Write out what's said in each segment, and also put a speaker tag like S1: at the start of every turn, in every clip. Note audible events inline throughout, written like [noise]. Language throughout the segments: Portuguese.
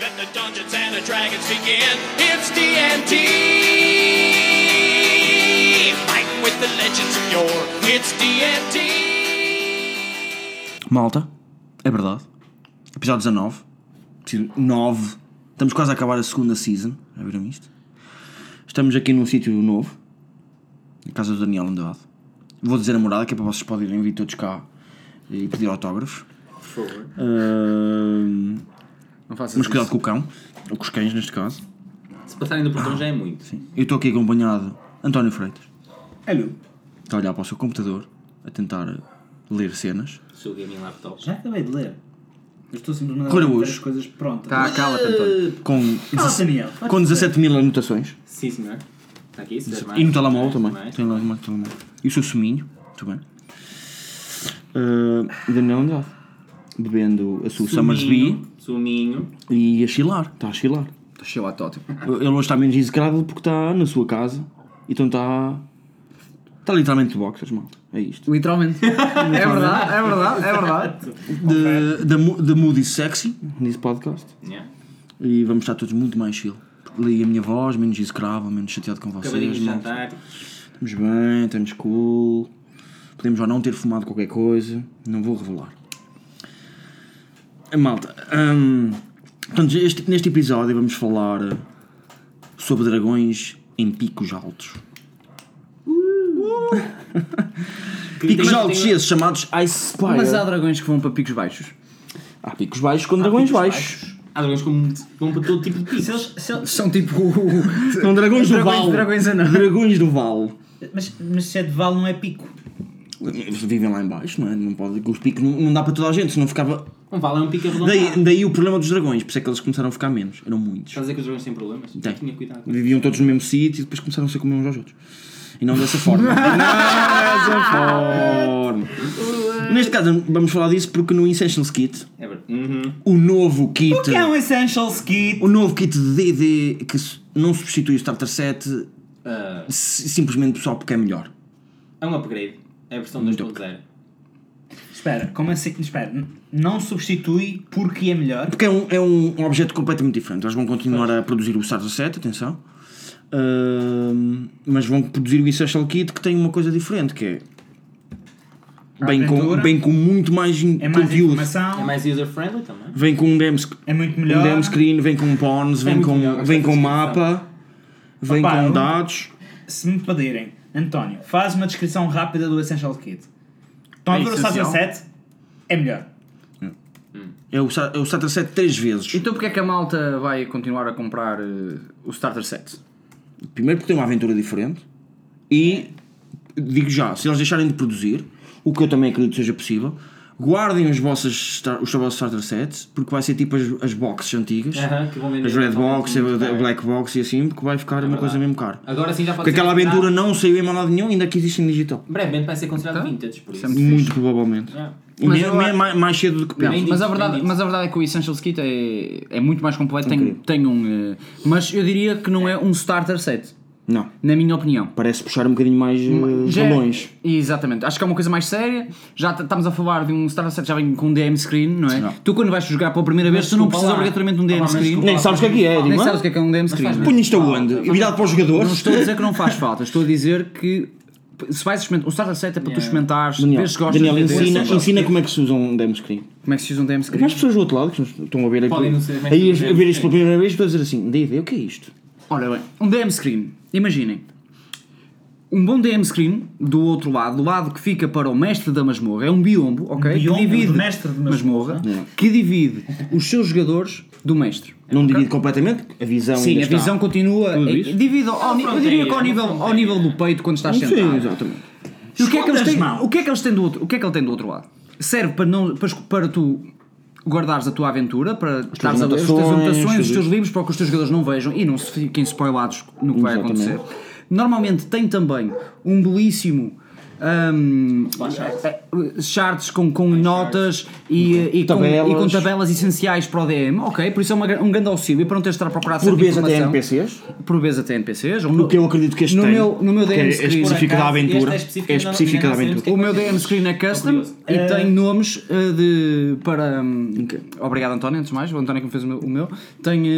S1: Let the Dungeons and the Dragons begin. It's D&D. Fighting with the legends of yore. It's D&D.
S2: Malta, é verdade. Episódio 19. Sim, 9. Estamos quase a acabar a segunda season. Já viram isto? Estamos aqui num sítio novo. Na casa do Daniel Andrade. Vou dizer a morada, que é para vocês poderem vir todos cá e pedir autógrafos.
S3: Por favor.
S2: Ahm,
S3: Não faças
S2: mas cuidado
S3: isso.
S2: com o cão. Ou com os cães, neste caso.
S3: Se passarem do portão já é muito.
S2: Eu estou aqui acompanhado de António Freitas.
S4: Alô,
S2: Está a olhar para o seu computador, a tentar ler cenas.
S3: Seu gaming laptop.
S4: já acabei de ler. Eu estou simplesmente a
S2: Rui
S4: ler
S2: Araújo.
S4: as coisas prontas.
S2: Tá, cala-te, António. Com,
S4: Ah, Daniel.
S2: com 17 mil anotações.
S3: Sim, senhor. Está aqui, se
S2: E no telemóvel também. Tem lá no telemóvel. E é o seu suminho, muito bem. Uh, Daniel Andrade. Bebendo a sua Summersby
S3: Suminho.
S2: e a chilar. Está a chilar.
S5: Estou cheio a tótem.
S2: Ele hoje está menos execrado porque está na sua casa. Então está. Está literalmente de boxers, malta. É isto.
S5: Literalmente.
S2: [laughs]
S5: é verdade, é verdade, é verdade.
S2: De, da Mo- da Moody Sexy, nesse podcast.
S3: Yeah.
S2: E vamos estar todos muito mais chill. Li a minha voz, menos escravo, menos chateado com
S3: Acabadinho
S2: vocês.
S3: de
S2: malta.
S3: jantar.
S2: Estamos bem, estamos cool. Podemos ou não ter fumado qualquer coisa. Não vou revelar. Eh, Malta, hum, portanto, este- neste episódio vamos falar eh, sobre dragões em picos altos.
S5: Uh!
S2: [laughs] Picos
S3: Mas
S2: altos,
S3: tem-
S2: esses chamados Ice Spire.
S5: Mas há dragões que vão para picos baixos.
S2: Há picos baixos com dragões baixos.
S3: Há dragões como vão para todo tipo de
S4: Se
S3: pizzas.
S4: eles- se eles-
S5: São tipo.
S2: São dragões do
S5: Dragões-
S2: Val.
S5: dragões anão.
S2: Dragões do Val.
S4: mas, mas se é de vale não é pico.
S2: Eles vivem lá em baixo, não é? Não pode, os picos não, não dá para toda a gente, senão ficava.
S3: Um vale é um pico arredondado.
S2: Daí, daí o problema dos dragões, por isso é que eles começaram a ficar menos. Eram muitos.
S3: Estás a dizer que os dragões têm problemas?
S2: Tem.
S3: Tinha cuidado.
S2: Viviam todos no mesmo sítio e depois começaram a ser comer uns aos outros. E não dessa forma.
S3: [laughs]
S2: não dessa forma. Neste caso, vamos falar disso porque no Essentials Kit,
S3: É verdade. Uhum.
S2: o novo kit.
S4: O que é um Essentials Kit?
S2: O novo kit de DD que su- não substitui o Starter 7
S3: Ah,
S2: si- simplesmente só porque é melhor.
S3: é um upgrade. É a versão 2.0.
S4: Espera, como assim? Espera, n- não substitui porque é melhor.
S2: Porque é um, é um, um objeto completamente diferente. Eles vão continuar a produzir o Starter 7, atenção. Ahm, mas vão produzir o Essential Kit que tem uma coisa diferente, que é bem com,
S4: aventura.
S2: bem com muito mais, in-
S4: É mais
S2: conteúdo.
S3: É
S4: informação,
S3: mais user-friendly também.
S2: Vem com um demo, sc-
S4: é muito
S2: um
S4: melhor. É
S2: demo screen, vem com pawns, vem
S3: muito
S2: com,
S3: melhor,
S2: vem com
S3: essa
S2: mapa, vem
S4: Opa,
S2: com
S4: eu-
S2: dados.
S4: Se me pedirem, António, faz uma descrição rápida do Essential Kit. Estão a
S5: É
S4: ver o
S5: essencial.
S4: Sasha 7? É melhor.
S2: É o, Star- é o Starter 7 três vezes.
S5: Então porque é que a malta vai continuar a comprar eh, o Starter Set?
S2: Primeiro porque tem uma aventura diferente e digo já, se eles deixarem de produzir, o que eu também acredito que seja possível, guardem os vossos, star- os vossos starter sets, porque vai ser tipo as, as boxes antigas,
S3: Aham, que vão vender.
S2: as red box,
S3: Muito
S2: a
S3: bem.
S2: black box e assim, porque vai ficar uma coisa mesmo cara.
S3: Agora sim já pode
S2: Porque
S3: ser
S2: aquela aventura
S3: considerado-
S2: não saiu em mal lado nenhum, ainda que existe em digital.
S3: Brevemente vai ser considerado
S5: Então,
S3: vintage, por isso.
S5: sempre-
S2: é Muito provavelmente.
S3: Yeah.
S2: E
S5: Mas
S2: me-
S5: eu
S2: me-
S5: acho-
S2: mais, mais cedo do que
S5: Não,
S2: penso.
S5: mas, a
S3: Bem
S5: verdade,
S3: dito.
S5: mas a verdade é que o Essentials Kit é, é muito mais completo, tem, tem um. eh, mas eu diria que não é um Starter Set,
S2: Não.
S5: na minha opinião.
S2: Parece puxar um bocadinho mais eh,
S3: é.
S5: Já- é-
S2: balões.
S5: Exatamente, acho que é uma coisa mais séria. Já t- estamos a falar de um Starter Set já vem com um DM screen, não é?
S2: Não.
S5: Tu quando vais jogar pela primeira vez,
S3: Mas
S5: tu não
S3: desculpa
S5: precisas
S3: lá.
S5: obrigatoriamente de um
S3: Ah,
S5: DM
S3: mas
S5: screen.
S3: desculpa
S2: Nem sabes o que é que é,
S5: Nem
S2: Digo,
S5: sabes o que é que é um DM screen.
S3: faz
S5: não é?
S2: Punho isto aonde? E virado para os jogadores?
S5: Não estou a dizer que não faz falta, estou a dizer que se vais experimentar. O Starter Set é para tu experimentares,
S2: Daniel,
S5: ver se gostas
S2: Daniel
S5: ver se
S2: ensina,
S5: gostas.
S2: ensina como é que se usa um demo screen.
S5: Como é que se usa um DM
S2: Porque
S5: Screen?
S2: as pessoas do outro lado que nos estão a ver aí,
S3: Podem
S2: por-
S3: não ser mesmo
S2: aí a
S3: do
S2: ver
S3: demo
S2: isto pela primeira vez estão a dizer assim, Dave, o que é isto?
S5: Ora bem, um DM Screen, imaginem. Um bom DM Screen do outro lado, do lado que fica para o mestre da masmorra, é um biombo, ok?
S4: biombo
S5: que divide
S4: do mestre de masmorra.
S5: que divide os seus jogadores do mestre.
S2: Não divide completamente, a visão
S5: Sim,
S2: ainda
S5: a
S2: está.
S5: visão continua.
S2: Tudo
S5: é-
S2: isto?
S5: divide ao, ni- eu diria que ao
S3: fronteira,
S5: nível,
S3: uma
S5: ao nível do peito quando estás sentado.
S2: Sim, exatamente.
S5: E o que é que eles têm?
S4: Escondas mal.
S5: O que é que eles têm do outro? O que é que ele tem do outro lado? Serve para não para, para tu guardares a tua aventura, para estares a ler as tuas
S2: anotações,
S5: anotações, os
S2: tudo
S5: teus livros, para que os teus jogadores não vejam e não se fiquem spoilados no que vai
S2: Exatamente.
S5: acontecer. Normalmente tem também um belíssimo ahm, charts com, com notas e, eh, e, com,
S2: Tabelas.
S5: e com tabelas essenciais para o DM. Ok, por isso é uma gra- um grande auxílio e para não teres de estar a procurar
S2: Por
S5: sempre
S2: vezes até
S5: informação.
S2: NPCs.
S5: Por vezes até NPCs. ou
S2: No que eu acredito que este
S5: no
S2: tem.
S5: meu, no meu
S2: Porque
S5: DM
S2: é
S5: screen,
S2: específico da
S3: acaso, este
S2: aventura.
S3: é
S2: É
S3: específico, não-
S2: específico da
S3: ainda não sabemos
S2: aventura.
S5: o meu DM screen é custom
S3: Estou curioso.
S5: e tem nomes eh, de. para. hum, Obrigado, António, antes de mais. O António é que me fez o meu. o meu. tem, eh,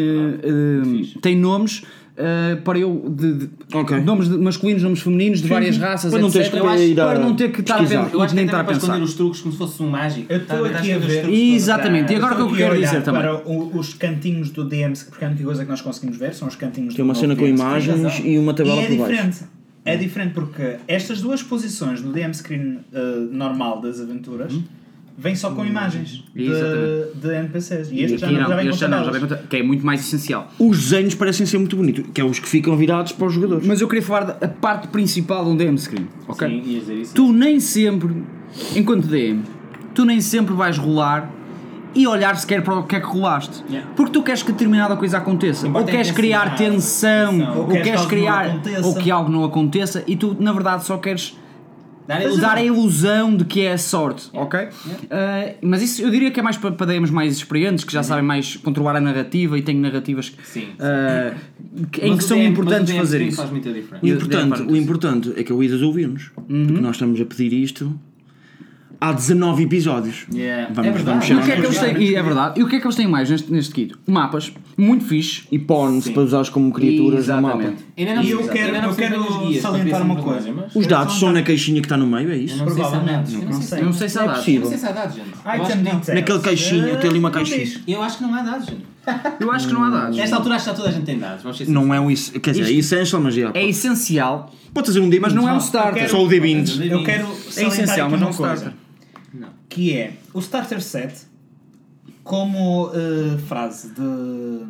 S5: eh, tem nomes eh, para eu. De, de-
S2: Ok.
S5: nomes de- masculinos, nomes femininos, de várias raças,
S2: Para não teres
S5: etc.
S2: que
S5: Eu acho-
S2: ir a
S5: para não ter que estar a
S2: pesquisar.
S5: ver
S3: Eu acho
S5: e
S3: que
S5: nem
S3: é
S5: estar a
S3: para
S5: pensar.
S3: esconder os truques como se fosse um mágico.
S4: Eu estou
S3: Tá, tá,
S4: aqui
S3: tá,
S4: a
S3: os
S4: ver.
S3: truques todos
S5: Exatamente. E
S3: atrás.
S4: Eu
S5: agora o que eu
S4: estou aqui a
S5: quero
S4: olhar
S5: dizer também.
S4: Para o- os cantinhos do DM, porque a única coisa que nós conseguimos ver são os cantinhos
S2: Tem
S4: do
S2: uma cena
S4: do
S2: com
S4: DM.
S2: imagens e uma tabela
S4: E é
S2: por baixo. Hum.
S4: diferente. É diferente porque estas duas posições no DM screen eh, normal das aventuras
S2: Hum?
S4: vêm só com imagens de,
S5: Hum, Exatamente.
S4: de NPCs. E
S5: E
S4: este já,
S5: aqui
S4: não, já
S5: não,
S4: vem
S5: este
S4: com
S5: já não, já
S4: tabelas.
S5: vem contar, que é muito mais essencial.
S2: Os desenhos parecem ser muito bonitos, que é os que ficam virados para os jogadores.
S5: Mas eu queria falar da a parte principal de um DM screen, ok?
S3: Sim, ias dizer isso.
S5: Tu nem sempre, enquanto DM, tu nem sempre vais rolar e olhar sequer para o que é que rolaste.
S3: Yeah.
S5: Porque tu queres que determinada coisa aconteça.
S3: Importa
S5: ou queres
S3: é a
S5: criar
S3: intensidade,
S5: tensão,
S3: tensão.
S5: ou,
S4: Ou queres que
S5: queres
S4: algo não
S5: criar
S4: aconteça.
S5: ou que algo não aconteça e tu na verdade só queres
S3: Dar a ilusão.
S5: dar a ilusão de que é sorte, ok? Uh, mas isso eu diria que é mais para, para DMs mais experientes que já sabem mais controlar a narrativa e têm narrativas que-
S3: Uhum. Sim.
S5: uh, que- em
S3: Mas
S5: que
S3: o
S5: são
S3: DM mas
S5: importantes
S3: o DM
S5: fazer
S3: screen
S5: isso.
S3: Faz muita
S2: O
S3: diferença.
S5: Eu- eu
S2: importante,
S5: parto
S2: o
S5: disso.
S2: importante é que o Idas ouviu-nos, porque nós estamos a pedir isto há 19 episódios.
S3: Yeah. É
S2: Vamos,
S3: verdade.
S2: vamos
S5: E
S2: chamar
S5: o que é que eles têm? E é verdade. E o que é que eles têm mais neste, neste kit? Mapas, muito fixe.
S2: e pawns para usares como criaturas no mapa.
S5: Exatamente.
S3: Ainda não
S4: E eu
S3: sei-
S4: quero-
S3: ainda não
S4: eu
S3: sei
S4: quero
S3: bem os guias para
S4: salientar
S3: criação
S4: uma
S3: de
S4: coisa.
S3: problemas.
S2: Os dados são na caixinha que está no meio, é isso?
S3: Eu não sei se há
S4: Provavelmente.
S3: dados, eu
S4: Não
S3: não sei.
S5: Eu não sei se há dados.
S2: possível.
S3: Eu não sei se há dados, gente. Eu acho que
S4: Item
S3: não.
S4: details.
S2: Naquele caixinho, tem ali uma
S4: Não
S2: caixinha.
S4: diz.
S3: Eu acho que não há dados, gente.
S5: Eu acho que não há dados.
S3: Nesta altura acho que já toda a gente tem dados. Vamos ser
S2: Não é um. isso- Quer dizer, é essential, mas já.
S5: É essencial,
S2: Pode fazer um D20,
S5: mas não é um
S2: vá.
S5: starter.
S2: Só o D20.
S3: sinceros.
S4: Eu quero
S5: É essencial,
S4: salientar aqui
S5: mas não
S4: uma
S5: um
S4: coisa.
S5: starter.
S4: que é o starter set como eh, frase de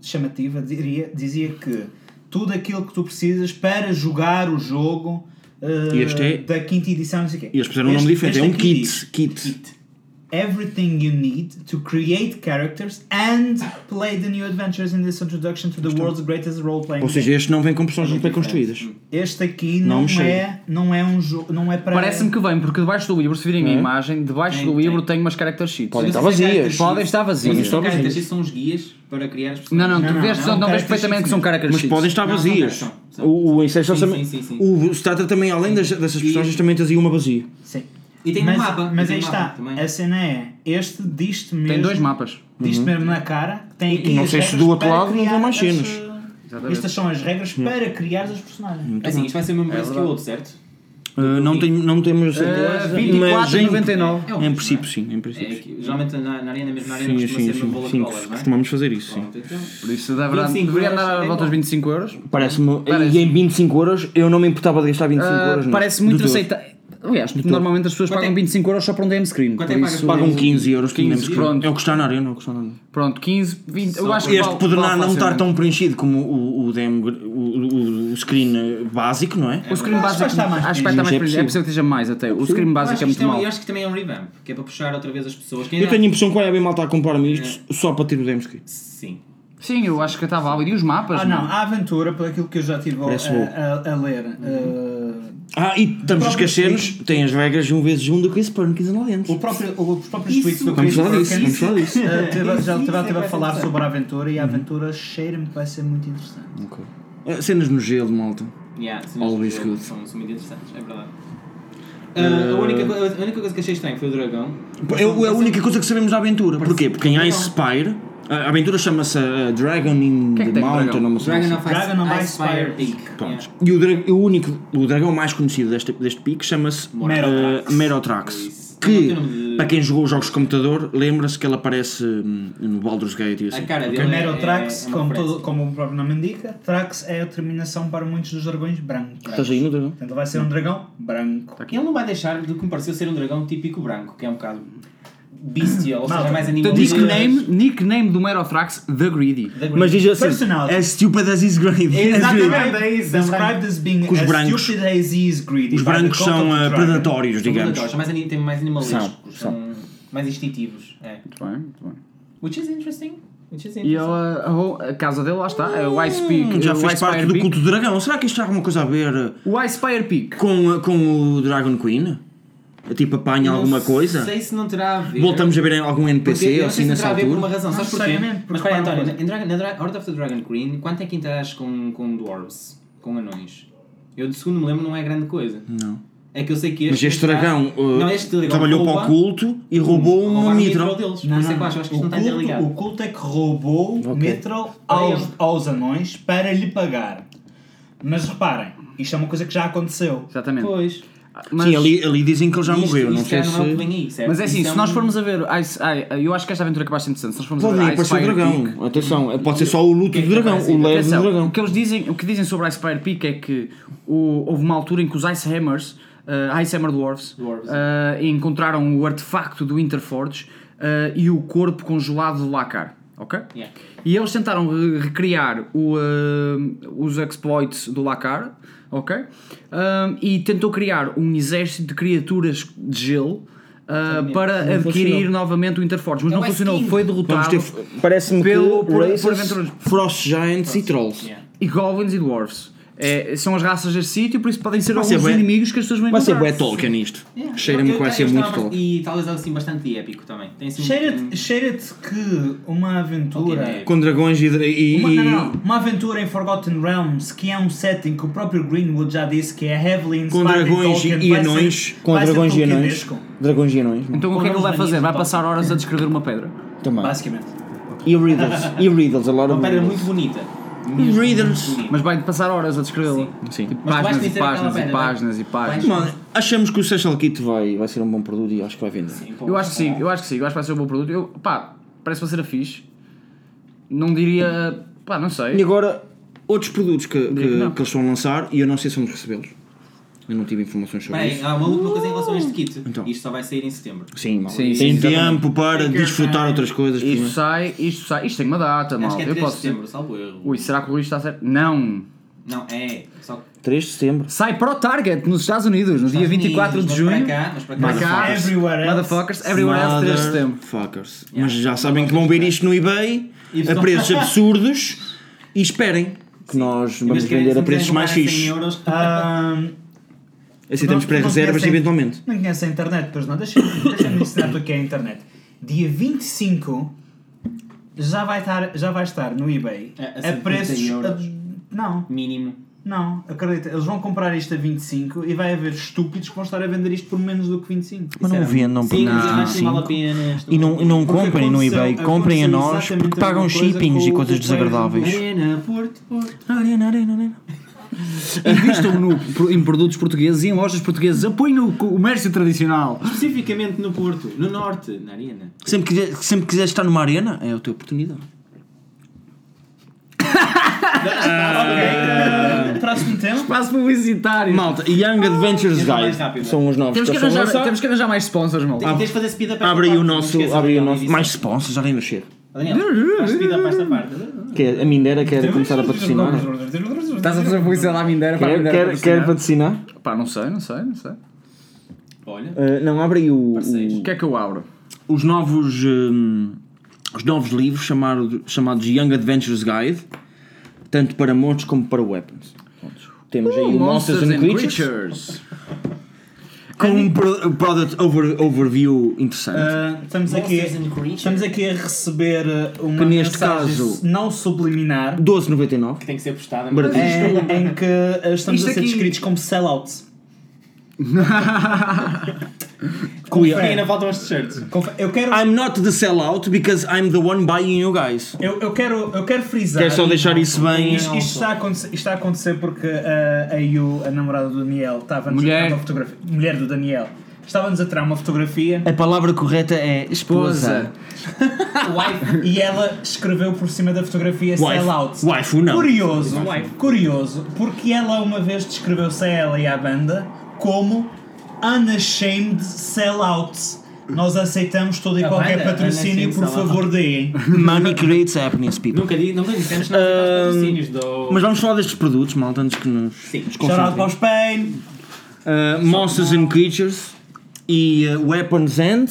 S4: chamativa diria, dizia que tudo aquilo que tu precisas para jogar o jogo eh,
S2: Este é-
S4: da quinta edição não sei o quê.
S2: E eles puseram um nome
S4: Este-
S2: diferente, é
S4: este
S2: um
S4: aqui
S2: kit.
S4: diz,
S2: Kit.
S4: Everything you need to create characters and play the new adventures in this introduction to the world's greatest
S3: um
S4: role-playing
S2: Ou seja, este não vem com personagens pré-construídas.
S4: game. Este aqui
S2: não
S4: não,
S2: me chega.
S4: é, não é um jogo, não é para
S5: Parece-me que vem, porque debaixo do livro, se virem a
S2: É. então
S5: imagem, debaixo
S3: Tem,
S5: do
S3: tem.
S5: livro tem umas character sheets.
S2: Podem estar
S3: Mas isso é
S2: vazias.
S3: característico.
S5: Podem estar vazias.
S2: Podem estar
S3: As
S2: vazias.
S3: características são os guias para criar as
S5: Não, não, tu
S4: não, não,
S5: vês, não,
S4: não,
S5: vês
S4: character
S5: perfeitamente que
S4: sheets
S5: são
S4: mesmo.
S5: character
S2: Mas
S5: sheets.
S2: podem estar
S3: Não, não,
S2: vazias.
S3: não, não, não.
S2: O, o Essential
S3: Sim,
S2: também.
S3: sim, sim, sim.
S2: O Starter também, além das- dessas personagens, também trazia uma vazia.
S4: Sim.
S3: E tem um
S4: mas,
S3: mapa,
S4: Mas
S3: e tem
S4: aí
S3: um
S4: está.
S3: mapa também.
S4: A cena é. Este diz-te mesmo.
S5: Tem dois mapas.
S4: Diz-te mesmo na cara. que Tem aqui
S2: Uhum. Não
S4: as
S2: sei se
S4: regras
S2: do outro
S4: para
S2: lado não
S4: criar
S2: vão mais
S4: as,
S2: cenas.
S4: uh, Estas são as regras para criar os
S2: Uhum.
S4: personagens.
S3: Assim, isto vai ser o mesmo preço que o outro, certo?
S2: Uh, não, tenho, não temos
S3: Ah,
S2: a certeza. mas em-
S5: 24,99.
S3: É o
S2: Em
S3: mesmo,
S2: princípio,
S3: não é?
S2: sim. Em
S3: É,
S2: princípio. sim.
S3: que geralmente na, na arena, mesmo na arena,
S2: Sim,
S3: costuma
S2: sim,
S3: ser um valor
S2: sim.
S3: de
S2: sim.
S3: dólares, não é?
S2: Costumamos fazer isso, sim.
S3: Pronto, então,
S5: Por isso dá verdade-
S3: 25
S5: deveria
S3: euros
S5: andar à
S3: é
S5: volta
S3: bom.
S5: dos 25 euros.
S2: Parece-me.
S5: Parece-
S2: E em 25 euros, eu não me importava de gastar 25
S5: Ah,
S2: euros. nisso.
S5: parece
S2: De
S5: muito
S2: todo.
S5: aceitável. Aliás, normalmente as pessoas
S3: Quanto é-
S5: pagam 25 euros só para um DM screen.
S3: Quanto
S5: por
S3: é que pagas
S5: isso-
S3: por
S2: Pagam 15 euros,
S5: 15,
S2: 15,
S5: pronto.
S2: É o que está na arena. É o que está na arena.
S5: Pronto, 15, 20. Eu acho que
S2: Este
S5: vale-
S2: poderá
S5: vale né?
S2: não estar
S5: facilmente.
S2: tão preenchido como o, o, DM, gr- o, o- o screen eh, básico, não é?
S5: O screen
S4: Acho que
S5: básico.
S4: vai estar mais
S5: Acho que vai
S2: preenchido.
S5: estar mais preenchido. É
S2: É
S5: possível que esteja mais até. O screen
S3: Eu acho
S5: básico
S3: que isto
S5: é muito
S3: é um-
S5: mau.
S3: Eu acho que também é um revamp, que é para puxar outra vez as pessoas. Quem
S2: Eu
S3: ainda-
S2: tenho a impressão que vai haver malta a comprar-me
S5: É.
S2: isto só para ter o DM screen.
S3: Sim.
S5: Sim, eu acho que está válido. E os mapas?
S4: Ah, não. A aventura, por aquilo que eu já estive
S2: Parece bom.
S4: a, a, a ler. uh,
S2: Ah, e estamos a
S4: próprio
S2: esquecermos, tem as regras 1 vezes 1 do Chris Perkins lá
S4: o
S2: dentro.
S4: próprio, o, os próprios
S3: Isso.
S4: tweets do
S2: Vamos falar
S4: Christopher
S2: disso, vamos falar disso. Uhum.
S3: [laughs]
S4: Hitchens, uh, teve-
S3: Isso,
S4: Já
S3: isso
S4: esteve
S3: é que
S4: a
S3: vai
S4: falar
S3: ser
S4: sobre a aventura e a aventura cheira-me que vai ser muito interessante.
S2: Ok. Eh, Cenas no gelo, malta.
S3: Yeah, sim,
S2: Always
S3: mas
S2: good. Eh,
S3: São, são muito interessantes, é verdade. Ah, a, única, co- a única coisa que achei estranho foi o dragão.
S2: É, o- é a única coisa que sabemos da aventura. Porquê? Porque em Ice Spire, a aventura chama-se eh, Dragon in
S5: Que é que
S2: the
S5: tem
S2: Mountain,
S5: dragão?
S2: ou uma cena
S3: Dragon
S2: assim.
S3: of Ice,
S4: Dragon of Ice
S3: Fire
S4: Fire
S3: Peak.
S2: Pronto.
S3: Yeah.
S2: E o, dra- o único, o dragão mais conhecido deste, deste pico chama-se
S4: Merotrax.
S2: eh, Merotrax.
S3: Isso.
S2: Que,
S3: Tem um nome de-
S2: para quem jogou os jogos de computador, lembra-se que ele aparece hum, no Baldur's Gate e assim.
S3: A cara dele é-
S4: Primeiro, o Trax,
S3: é- é uma
S4: como,
S3: frase.
S4: todo- como o próprio nome indica, Trax é a terminação para muitos dos dragões brancos.
S2: Estás aí no dragão?
S4: Portanto, vai ser um dragão branco.
S2: Tá.
S3: Tá Ele não vai deixar do que me pareceu ser um dragão típico branco, que é um bocado bestial, ou seja, é
S4: Malta,
S3: mais animal.
S5: Portanto, nickname, nickname do Merothrax, The Greedy.
S2: Mas diz assim,
S4: Personality.
S2: as stupid as is great.
S3: Exatamente, é isso. é um branco.
S4: Described as being
S2: Que os
S4: as
S2: brancos-
S4: stupid as he is greedy.
S2: Os
S4: by the
S2: brancos
S4: cult
S2: são
S4: of the
S2: eh,
S4: dragon.
S2: predatórios,
S3: São
S2: digamos.
S3: predatores, são mais, ani- têm mais animalísticos,
S2: São,
S3: são mais instintivos. É.
S5: Muito bem, muito bem.
S3: Which is interesting.
S5: E
S2: eh,
S5: ela, a, a casa dele, lá está, é o Ice Peak.
S2: Hum, Já
S5: o
S2: fez
S5: Ice
S2: parte
S5: Fire
S2: do
S5: Peak.
S2: culto do dragão. Será que isto tem alguma coisa a ver eh,
S5: O Ice Fire Peak.
S2: com, a- com o Dragon Queen? Tipo, apanha alguma coisa?
S3: Não sei se não terá a ver.
S2: Voltamos a ver algum
S3: Porque
S2: NPC
S3: eu não
S2: assim
S3: sei se
S2: nessa
S3: terá a ver por uma
S2: altura?
S3: razão,
S4: Não
S3: sabes porquê?
S4: necessariamente, porque
S3: Mas olha,
S4: para uma
S3: António,
S4: coisa.
S3: na, Dra- na Dra- Order of the Dragon Queen, quanto é que interages com, com dwarves? Com anões? Eu, de segundo me lembro, não é grande coisa.
S2: Não.
S3: É que eu sei que este.
S2: Mas este dragão uh,
S3: não, este dragão
S2: trabalhou
S3: rouba-
S2: para o culto e roubou um
S3: rouba
S2: uma
S3: a
S2: mitra.
S3: deles.
S4: Não,
S3: por isso é
S4: não,
S3: que eu acho, eu
S4: não.
S3: acho que
S4: o,
S3: isto não está
S4: culto, o
S3: interligado.
S4: culto é que roubou
S2: Ok.
S4: Metro
S3: ele.
S4: aos, aos anões para lhe pagar. Mas reparem, isto é uma coisa que já aconteceu.
S5: Exatamente.
S3: Pois.
S5: Mas-
S2: Sim, ali, ali dizem que um ele já
S3: Isto-
S2: morreu, não
S3: isto
S2: sei
S3: já não é o que
S2: se.
S3: vem aí, certo?
S5: Mas é assim,
S3: Isto
S5: se nós
S3: um-
S5: formos a ver. Ice- ai, eu acho que esta aventura é que vai ser interessante. Se nós formos a
S2: Pode
S5: ver.
S2: nem
S5: Ice
S2: aparecer o
S5: Fire
S2: dragão.
S5: Peak-
S2: Atenção, pode ser só o luto
S3: que é
S2: do
S3: que
S2: dragão,
S3: aparece aí?
S2: o leve do
S5: Atenção,
S2: dragão.
S5: O que eles dizem, o que dizem sobre Ice Fire Peak é que o- houve uma altura em que os Ice Hammers, eh, Ice Hammer Dwarves,
S3: Dwarves.
S5: eh, encontraram o artefacto do Interforge eh, e o corpo congelado de Lacar. Ok?
S3: Yeah.
S5: E eles tentaram re- recriar o, eh, os exploits do Lacar, ok? Um, e tentou criar um exército de criaturas de gelo ah, para adquirir novamente o Interforge,
S2: É um
S5: mas não
S3: West
S5: funcionou,
S3: King.
S5: foi
S2: Vamos
S5: derrotado
S2: ter. Parece-me que.
S5: pelo- por-
S2: races,
S5: por aventuras.
S2: Frost Giants e Trolls.
S3: Yeah.
S5: e Goblins e Dwarves. É, são as raças deste sítio, por isso podem ser
S2: Vai ser
S5: alguns
S2: bué-
S5: inimigos que as pessoas vão
S2: Vai ser
S5: encontrar.
S2: bué Tolkien isto.
S3: Yeah.
S2: Cheira-me
S3: Eu-
S2: que vai
S3: eu-
S2: ser
S3: eu
S2: muito
S3: estava-
S2: Tolkien.
S3: E talvez algo assim bastante épico também. Tem assim um-
S4: Cheira-te cheira que uma aventura.
S3: Ok, né?
S2: Com dragões e. e-
S4: Uma, não, não,
S2: e-
S4: uma aventura em Forgotten Realms, que é um setting que o próprio Greenwood já disse que é heavily
S2: Com
S4: inspired by
S2: dragões
S4: Tolkien,
S2: e
S4: vai
S2: anões.
S4: ser-
S2: Com
S4: vai ser
S2: dragões e anões.
S4: tolkienesco.
S2: Dragões e anões. mano.
S5: Então o que é que ele vai
S3: Connosco
S5: fazer? Vai
S3: Tolkien.
S5: passar horas a descrever uma pedra.
S2: Também.
S4: Basicamente.
S2: E riddles. E riddles, a lot
S3: Uma
S2: of
S3: pedra
S2: riddles.
S3: muito bonita. Mesmo
S2: Readers.
S3: muito bonita.
S5: Mas vai passar horas a descrevê-la.
S2: Sim.
S5: Tipo,
S3: Mas tu vais
S5: páginas e
S3: dizer aquela
S5: páginas e
S3: pedra, é?
S5: páginas e
S3: vai?
S5: páginas.
S2: Mano, achamos que o Social Kit vai, vai ser um bom produto e acho que vai vender.
S3: Sim, pô,
S5: Eu acho que sim, eu acho que sim, eu acho que vai ser um bom produto. Eu, pá, parece uma cena fixe. Não diria. pá, não
S2: E
S5: sei.
S2: agora, outros produtos que, que,
S5: Não.
S2: que eles vão lançar e eu não sei se vamos recebê-los. Eu não tive informações sobre
S3: Bem,
S2: isso.
S3: há uma última coisa em relação a este kit.
S2: Então.
S3: Isto só vai sair em setembro.
S2: Sim, mal. Tem
S5: Sim, sim,
S2: tempo para desfrutar outras coisas.
S5: Isto
S2: primeiro.
S5: sai, isto sai, isto tem uma data,
S3: Acho
S5: mal.
S3: que é
S5: Eu
S3: 3 de
S5: posso.
S3: setembro, salvo erro.
S5: Ui, será que o Luís está certo? Não!
S3: Não, é. Só
S2: 3 de setembro.
S5: Sai para o Target nos Estados Unidos, no dia 24 de
S3: mas
S5: junho.
S3: Para cá, mas para cá.
S5: Para cá,
S4: Motherfuckers. Everywhere else.
S5: motherfuckers,
S2: é-
S5: everywhere else, 3 de setembro.
S2: Motherfuckers. Mas já sabem que vão ver isto no eBay
S3: E
S2: a
S3: pessoal-
S4: [laughs]
S2: preços absurdos e esperem que nós vamos
S3: Mas querem-
S4: é
S2: vender
S3: se
S2: a
S3: me
S2: preços
S3: quiserem
S2: mais Ah.
S3: comprar a 100
S2: fixos.
S3: assim, euros,
S4: Ahm,
S2: Aceitamos
S4: Ah, Não- não
S2: Assim pré-reservas
S4: conhecem-
S2: eventualmente.
S4: Não conhece a internet, pois não. Deixa-me deixa ensinar-te o que é a internet. Dia 25 já vai estar, já vai estar no eBay
S3: É, A- a
S4: a,
S3: 70
S4: preços.
S3: euros.
S4: a- não,
S3: Mínimo.
S4: não, acredita. Eles vão comprar isto a 25 e vai haver estúpidos que vão estar a vender isto por menos do que 25.
S2: Mas não vendam
S3: Sim,
S2: por
S3: mas
S2: nada.
S3: acho que vale a pena. isto.
S2: E não, e não
S4: Porque
S2: comprem no
S4: aconteceu-
S2: eBay, comprem a nós
S4: aconteceu
S2: porque pagam
S4: exatamente a mesma
S2: shippings
S4: coisa
S2: e
S4: com
S2: coisas
S4: o Ferro
S2: desagradáveis.
S3: Arena, Porto, Porto.
S2: Arena, arena, arena.
S5: Invistam no, em produtos portugueses e em lojas portuguesas. Apoiem o comércio tradicional.
S3: Especificamente no Porto, no Norte, na Arena.
S2: Sempre que, sempre que quiseres estar numa arena, é a tua oportunidade.
S4: Ok,
S2: um
S4: próximo tema.
S5: Quase publicitário.
S2: Malta, Young Adventures
S3: Então, mais
S2: Guide
S3: rápido.
S2: são os novos
S5: Temos
S2: que
S5: que,
S2: estão a
S5: arranjar,
S2: lançar.
S5: temos que arranjar mais sponsors, mal.
S3: Tem- Tens de fazer speed up esta
S2: Abre aí
S3: parte,
S2: o
S3: não
S2: nosso.
S3: esqueças,
S2: Abre aí o
S3: Daniel,
S2: nosso.
S3: diz
S2: Mais
S3: isso.
S2: sponsors, já nem mexer.
S3: Daniel, faz speed up esta parte.
S2: Que é- a Mindera quer começar a patrocinar.
S5: Estás a fazer publicidade à Mindera para a
S2: Quer,
S5: Mindera
S2: quer,
S5: patrocinar?
S2: quer patrocinar?
S5: Pá, não sei, não sei, não sei.
S3: Olha.
S2: Uh, não, abre aí o,
S5: O
S2: o-
S5: que é que eu abro?
S2: os novos. hum, os novos livros chamado, chamados Young Adventures Guide, tanto para monstros como para weapons. Pronto. Temos aí o Monsters and Creatures. Com um pro- product over- overview interessante.
S4: Ah, estamos,
S2: É
S4: aqui,
S3: Monsters and Creatures.
S4: estamos aqui a receber uh, uma
S2: Que neste
S4: mensagem
S2: caso-
S4: não subliminar
S2: 12,99.
S3: Tem que ser postada.
S2: Barato.
S3: mas-
S4: é, em que uh, estamos
S5: Isto
S4: a ser
S5: aqui-
S4: descritos como [laughs] sellouts.
S3: Ainda
S4: Confere.
S3: faltam as t-shirts.
S4: Confe- Eu quero,
S2: I'm not the sellout because I'm the one buying you guys.
S4: eu, eu quero, eu quero frisar.
S2: Quero só deixar isso bem.
S4: Isto, isto está a acontecer, isto está a acontecer porque uh, a Yu, a namorada do Daniel, estava-nos a
S5: Mulher.
S4: tirar uma fotografia. Mulher do Daniel. Estava-nos a tirar uma [laughs] fotografia
S2: A palavra correta é esposa.
S5: Esposa.
S4: e ela escreveu por cima da fotografia sellout.
S2: Wife. Wife, não.
S4: Curioso, curioso, porque ela uma vez descreveu-se a ela e à banda como unashamed sellouts. Nós aceitamos todo e
S3: A
S4: qualquer
S3: banda?
S4: patrocínio,
S3: Unashamed
S4: por
S3: sellout.
S4: favor, deem.
S2: Money creates happiness, people.
S3: Nunca di- nunca dissemos nada
S2: Ahm,
S3: dos patrocínios do.
S2: Mas vamos falar destes produtos, malta, antes que nos,
S3: Sim.
S2: nos
S4: Shout out para
S2: concentremos.
S4: os Pain.
S2: Uh, Monsters and Creatures e uh, Weapons and.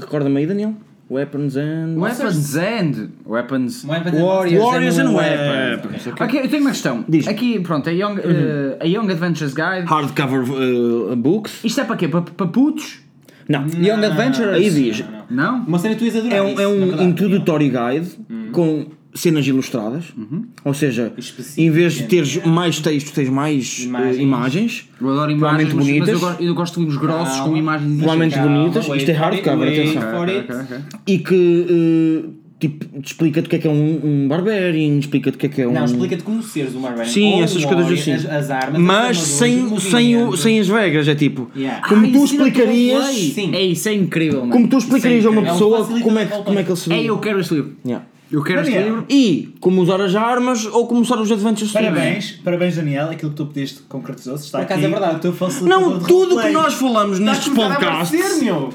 S2: Recorda-me aí, Daniel. Weapons and.
S5: Weapons and. Weapons.
S3: Weapons and-
S5: warriors,
S3: é
S2: Warriors
S5: and,
S2: and
S5: weapons.
S2: weapons.
S5: Ok, eu tenho uma questão.
S2: Diz. Uhum.
S5: Aqui, pronto, a Young, eh, a Young Adventures Guide.
S2: Hardcover uh, books.
S5: Isto é para quê? Para, para putos?
S2: Não. Young Adventures. Aí diz.
S3: Não, não.
S5: Não?
S3: Uma cena que tu ias adorar.
S2: É um,
S3: isso,
S2: é
S3: na
S2: um
S3: verdade. Uhum.
S2: introdutory guide com cenas ilustradas. Ou seja,
S3: Específico,
S2: em vez de
S3: Uhum. é.
S2: teres mais texto, tens mais eh, imagens.
S3: Imagens.
S5: Eu adoro imagens,
S2: Provavelmente
S5: mas, mas eu,
S2: bonitas.
S5: gosto, eu gosto de livros grossos com
S3: Calma.
S5: imagens.
S2: Provavelmente
S3: Calma,
S2: bonitas.
S3: wait
S2: Isto é
S3: for it,
S2: hardcover,
S3: wait
S2: atenção.
S3: for
S5: Ok,
S3: it.
S5: ok, ok.
S2: E que eh, tipo, te explica-te o que é que é um, um barbarian, explica-te o que é que é um.
S3: Não, explica-te como seres o Marvel.
S2: Sim, essas coisas assim.
S3: As, as armas,
S2: Mas
S3: as
S2: sem,
S3: armaduras,
S2: sem, o,
S3: movimento.
S2: sem as regras, é tipo.
S3: Yeah.
S2: Como
S5: Ah,
S2: tu
S5: isso era
S2: explicarias.
S5: Play.
S3: Sim.
S5: É isso, é incrível, mano.
S2: Como tu explicarias a uma
S3: É um
S2: pessoa
S3: facilitador
S2: como, é que,
S3: ao
S2: como é que ele se
S5: É,
S2: vê.
S5: eu quero este livro.
S2: Yeah.
S5: Eu quero este
S4: Daniel.
S5: livro.
S2: E como usar as armas ou como usar os adventures de
S4: Parabéns, parabéns Daniel, aquilo que tu pediste concretizou-se. Está
S3: Por acaso
S4: aqui
S3: é verdade.
S4: o teu facilitador
S2: Não,
S4: de
S2: tudo o que
S4: roleplay.
S2: nós falamos neste podcast.
S3: Ser, meu.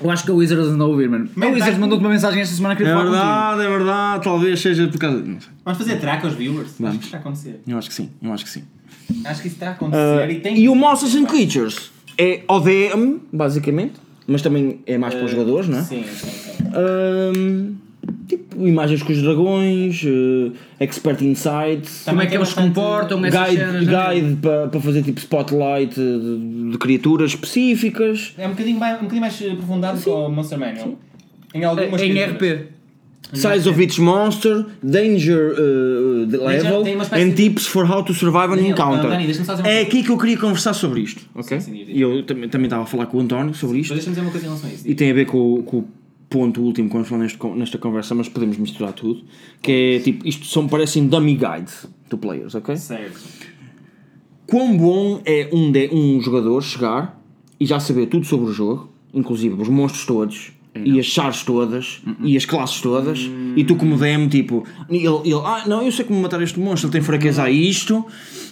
S5: Eu acho que a Wizards andou a ouvir, mano. A
S3: tá
S5: Wizards mandou-te uma mensagem esta semana que
S2: É
S5: eu falar
S2: verdade, é verdade. Talvez seja por causa. Não sei.
S3: Vamos fazer track aos viewers.
S2: Vamos.
S3: Acho que está a acontecer.
S2: Eu acho que sim, eu acho que sim.
S3: Acho que isso está a acontecer e tem
S2: Eh, Ah, E o Monsters and Creatures é ODM, basicamente, mas também é mais
S3: um
S2: para os jogadores, não é?
S3: Eh, Sim, sim, sim.
S2: Ahm, tipo, imagens com os dragões, eh, Expert Insights,
S5: Como é que eles se comportam, essas cenas,
S2: guide,
S5: não é?
S2: guide para fazer tipo spotlight eh, de, de criaturas específicas.
S3: É um bocadinho mais, um bocadinho mais aprofundado que o Monster Manual. Em algumas
S5: É, Em
S3: criaturas.
S5: RP.
S2: Size of each monster, danger eh, the level,
S3: tem uma espécie
S2: and
S3: de-
S2: tips for how to survive an
S3: Daniel,
S2: encounter.
S3: ah, Dani, deixa-me só dizer uma
S2: é
S3: coisa.
S2: aqui que eu queria conversar sobre isto, ok?
S3: Sim, sim, diz, diz.
S2: E eu também também estava a falar com o António sobre
S3: Mas
S2: isto.
S3: deixa-me dizer uma coisa em relação a isso.
S2: E tem a ver com, o- com o ponto último que vamos falar neste con- nesta conversa, mas podemos misturar tudo. Que é tipo, isto são, parecem dummy guides to players, ok?
S3: é Certo.
S2: Quão bom é um, de, um jogador chegar e já saber tudo sobre o jogo, inclusive os monstros todos, e as chaves todas, e as classes todas, e tu como DM, tipo, ele, ele, ah, não, eu sei como matar este monstro, ele tem fraqueza a isto,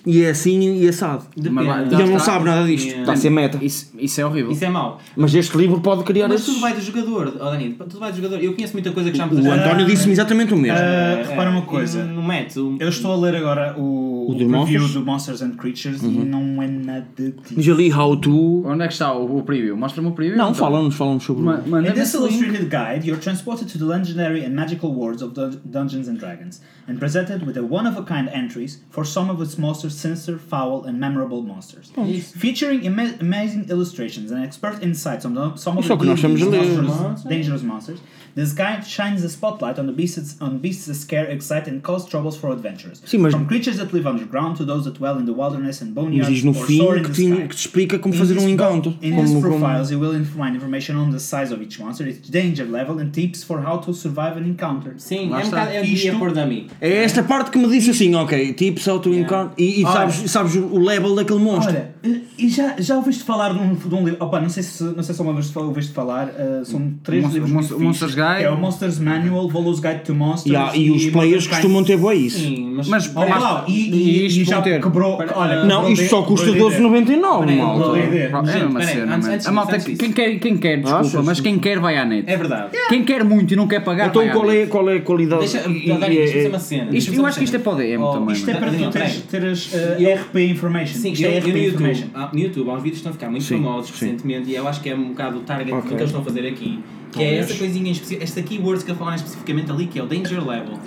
S2: e é assim e assado.
S5: Mas vai-
S2: E ele não
S5: está.
S2: sabe né? nada disto,
S4: É.
S3: Yeah.
S2: está a ser meta.
S5: Isso, isso é horrível.
S3: Isso é mau.
S2: Mas este livro pode criar
S3: Mas
S2: esses...
S3: tudo vai do jogador, oh, Dani, tudo vai do jogador. Eu conheço muita coisa que já me
S2: O António disse-me exatamente o mesmo.
S4: Ah,
S3: É,
S4: repara uma
S3: e
S4: coisa.
S3: Não mete. o-
S4: Eu estou a ler agora o,
S2: O
S4: o
S2: dos
S4: preview
S2: Monsters?
S4: do Monsters and Creatures e não é nada disso.
S2: Diz ali how to.
S5: Onde é que está o, o preview? Mostra-me o preview.
S2: Não,
S5: então.
S2: fala-nos, fala-nos sobre.
S5: Ma- assim. Manda
S3: É
S4: In this
S5: esse link.
S4: illustrated guide, you're transported to the legendary and magical worlds of Dun- Dungeons and Dragons and presented with the one-of-a-kind entries for some of its most sinister, foul, and memorable monsters.
S3: Isso.
S4: Featuring ama- amazing illustrations and expert insights on the, some of
S2: Isso é o
S4: the
S2: que nós
S4: dangers-
S2: estamos a ler.
S4: monsters, dangerous monsters, this guide shines a spotlight on the beasts on beasts that scare, excite, and cause troubles for adventurers.
S2: Sim, mas-
S4: From creatures that live underground to those that dwell in the wilderness and
S2: Mas diz
S4: boneyards
S2: no
S4: or
S2: fim
S4: soar in
S2: que
S4: the
S2: te,
S4: sky.
S2: que te explica como
S4: In
S2: fazer
S4: this
S2: um
S4: bo-
S2: encounter.
S4: In these
S2: Como, como...
S4: profiles, you will find information on the size of each monster, its danger level, and tips for how to survive an encounter.
S3: Sim,
S5: Lá
S3: é um
S5: está.
S3: bocado. É um guia
S4: Isto-
S3: por dummy.
S2: É esta parte que me disse assim, ok, tips how to encounter. E, e
S4: Olha.
S2: sabes, sabes o level daquele monstro.
S4: Olha, e já, já ouviste falar de um, de um livro? Opa, não sei se, não sei se alguma vez ouviste falar, eh, são três
S5: Monster-
S4: livros.
S5: Monster-
S4: muito fixes,
S5: Monsters Guide.
S4: que é o Monsters Manual, Values Guide to Monsters.
S2: E há- e os players
S4: Monsters
S2: costumam ter boa isso.
S3: Sim, mas.
S5: Mas-
S4: Olha
S3: Olha,
S4: lá, e,
S5: e
S4: e,
S5: isto
S4: e já
S5: vão ter.
S4: quebrou. Olha,
S2: Não, isto só custa 12,99,
S4: Boa
S2: malta.
S4: ideia.
S5: Pá, É
S3: Gente,
S5: uma
S3: peraí,
S5: cena,
S3: antes-
S5: mano.
S3: antes
S5: A malta,
S3: disso,
S5: quem quer, quem quer, desculpa,
S2: Achas?
S5: mas quem quer vai à net.
S3: É verdade.
S5: Quem quer muito e não quer pagar,
S2: Então
S5: vai
S2: qual
S5: à
S2: é,
S5: net.
S2: qual é a qualidade?
S3: Deixa.
S2: e-
S3: Dani,
S2: e-
S3: deixa-me dizer
S2: é-
S3: uma
S4: assim.
S3: cena. Deixa-me
S5: Isto- eu
S3: dizer
S5: acho
S3: uma
S5: que isto é
S3: cena.
S5: para o DM
S3: Oh,
S5: também,
S4: Isto é
S5: mano.
S4: para tu
S3: Não,
S4: teres,
S3: peraí.
S4: teres eh, RP Information.
S3: Sim,
S4: isto é
S3: eu no
S4: RP
S3: YouTube.
S4: Information.
S3: Ah, No YouTube há uns vídeos que estão a ficar muito
S2: Sim,
S3: famosos
S2: sim.
S3: recentemente e eu acho que é um bocado o target do que
S2: Ok.
S3: eles estão a fazer aqui. Que é essa coisinha em específico, esta keywords que eu falar especificamente ali, que é o danger level.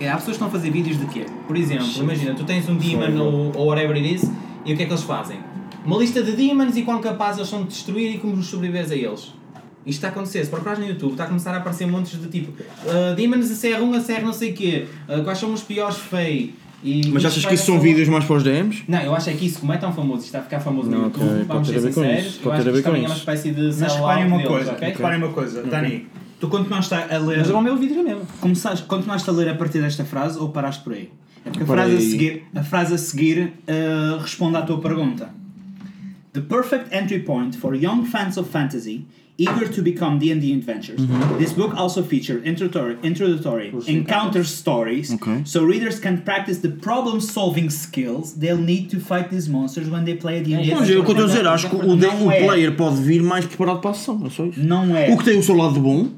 S3: é, Há pessoas que estão a fazer vídeos de quê? Por exemplo, imagina, tu tens um
S2: é
S3: demon ou, ou whatever it is, e o que é que eles fazem? Uma lista de demons e quão capazes eles são de destruir e como sobrevives a eles. Isto está a acontecer, se procurares no YouTube, está a começar a aparecer montes de tipo ah, Demons a CR1, a CR não sei quê, ah, quais são os piores feio. E
S2: Mas achas que isso são
S3: vai-
S2: vídeos mais para os DMs?
S3: não, eu acho é que isso, como é tão famoso, isto está a ficar famoso no
S2: Não,
S3: YouTube,
S2: ok,
S3: vamos
S2: pode
S3: ser
S2: ter a ver com
S3: sinceros,
S2: isso,
S3: eu
S2: pode
S3: acho
S2: ter
S3: que
S2: a ver
S3: isto também
S2: com
S3: é uma
S2: isso.
S3: espécie de
S4: Mas reparem
S3: sell-out
S4: uma
S3: deles,
S4: coisa,
S3: ok?
S4: reparem uma coisa, Dani. Tu continuaste a ler.
S3: Mas o meu vídeo era meu.
S4: Começaste, continuaste a ler a partir desta frase ou paraste por aí? É porque a
S2: Parei.
S4: frase a seguir, a frase a seguir eh, responde à tua pergunta. The perfect entry point for young fans of fantasy eager to become D&D adventures.
S2: Uhum.
S4: This book also features introductory, introductory encounter stories
S2: Okay.
S4: so readers can practice the problem solving skills they'll need to fight these monsters when they play a D&D.
S2: Mas é o que eu estou a dizer, acho que o, D- o
S4: Não é.
S2: player pode vir mais preparado para a sessão, é só isso.
S4: Não é.
S2: O que tem o seu lado bom,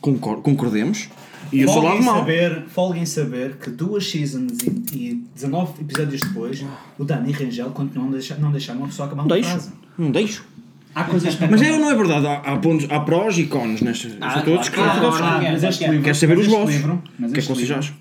S2: concor- concordemos, e o seu
S4: Folguem
S2: lado mau.
S4: É saber, folguem saber que duas seasons e, e 19 episódios depois, o Dani Rangel continuam a deixar, não deixaram uma pessoa acabar
S2: Não
S4: uma
S2: deixo, Ah,
S4: frase.
S2: não deixo.
S4: Há coisas que
S2: Mas é ou não é verdade? Há, há pontos, há prós e cons nestas.
S3: Ah,
S2: São todos
S3: claro,
S2: escrotos.
S3: claro.
S4: mas este livro.
S2: Quero saber
S4: mas
S2: os
S4: este
S2: vossos.
S4: livro- mas
S2: O que é que
S4: este
S2: vocês
S4: livro-
S2: acham?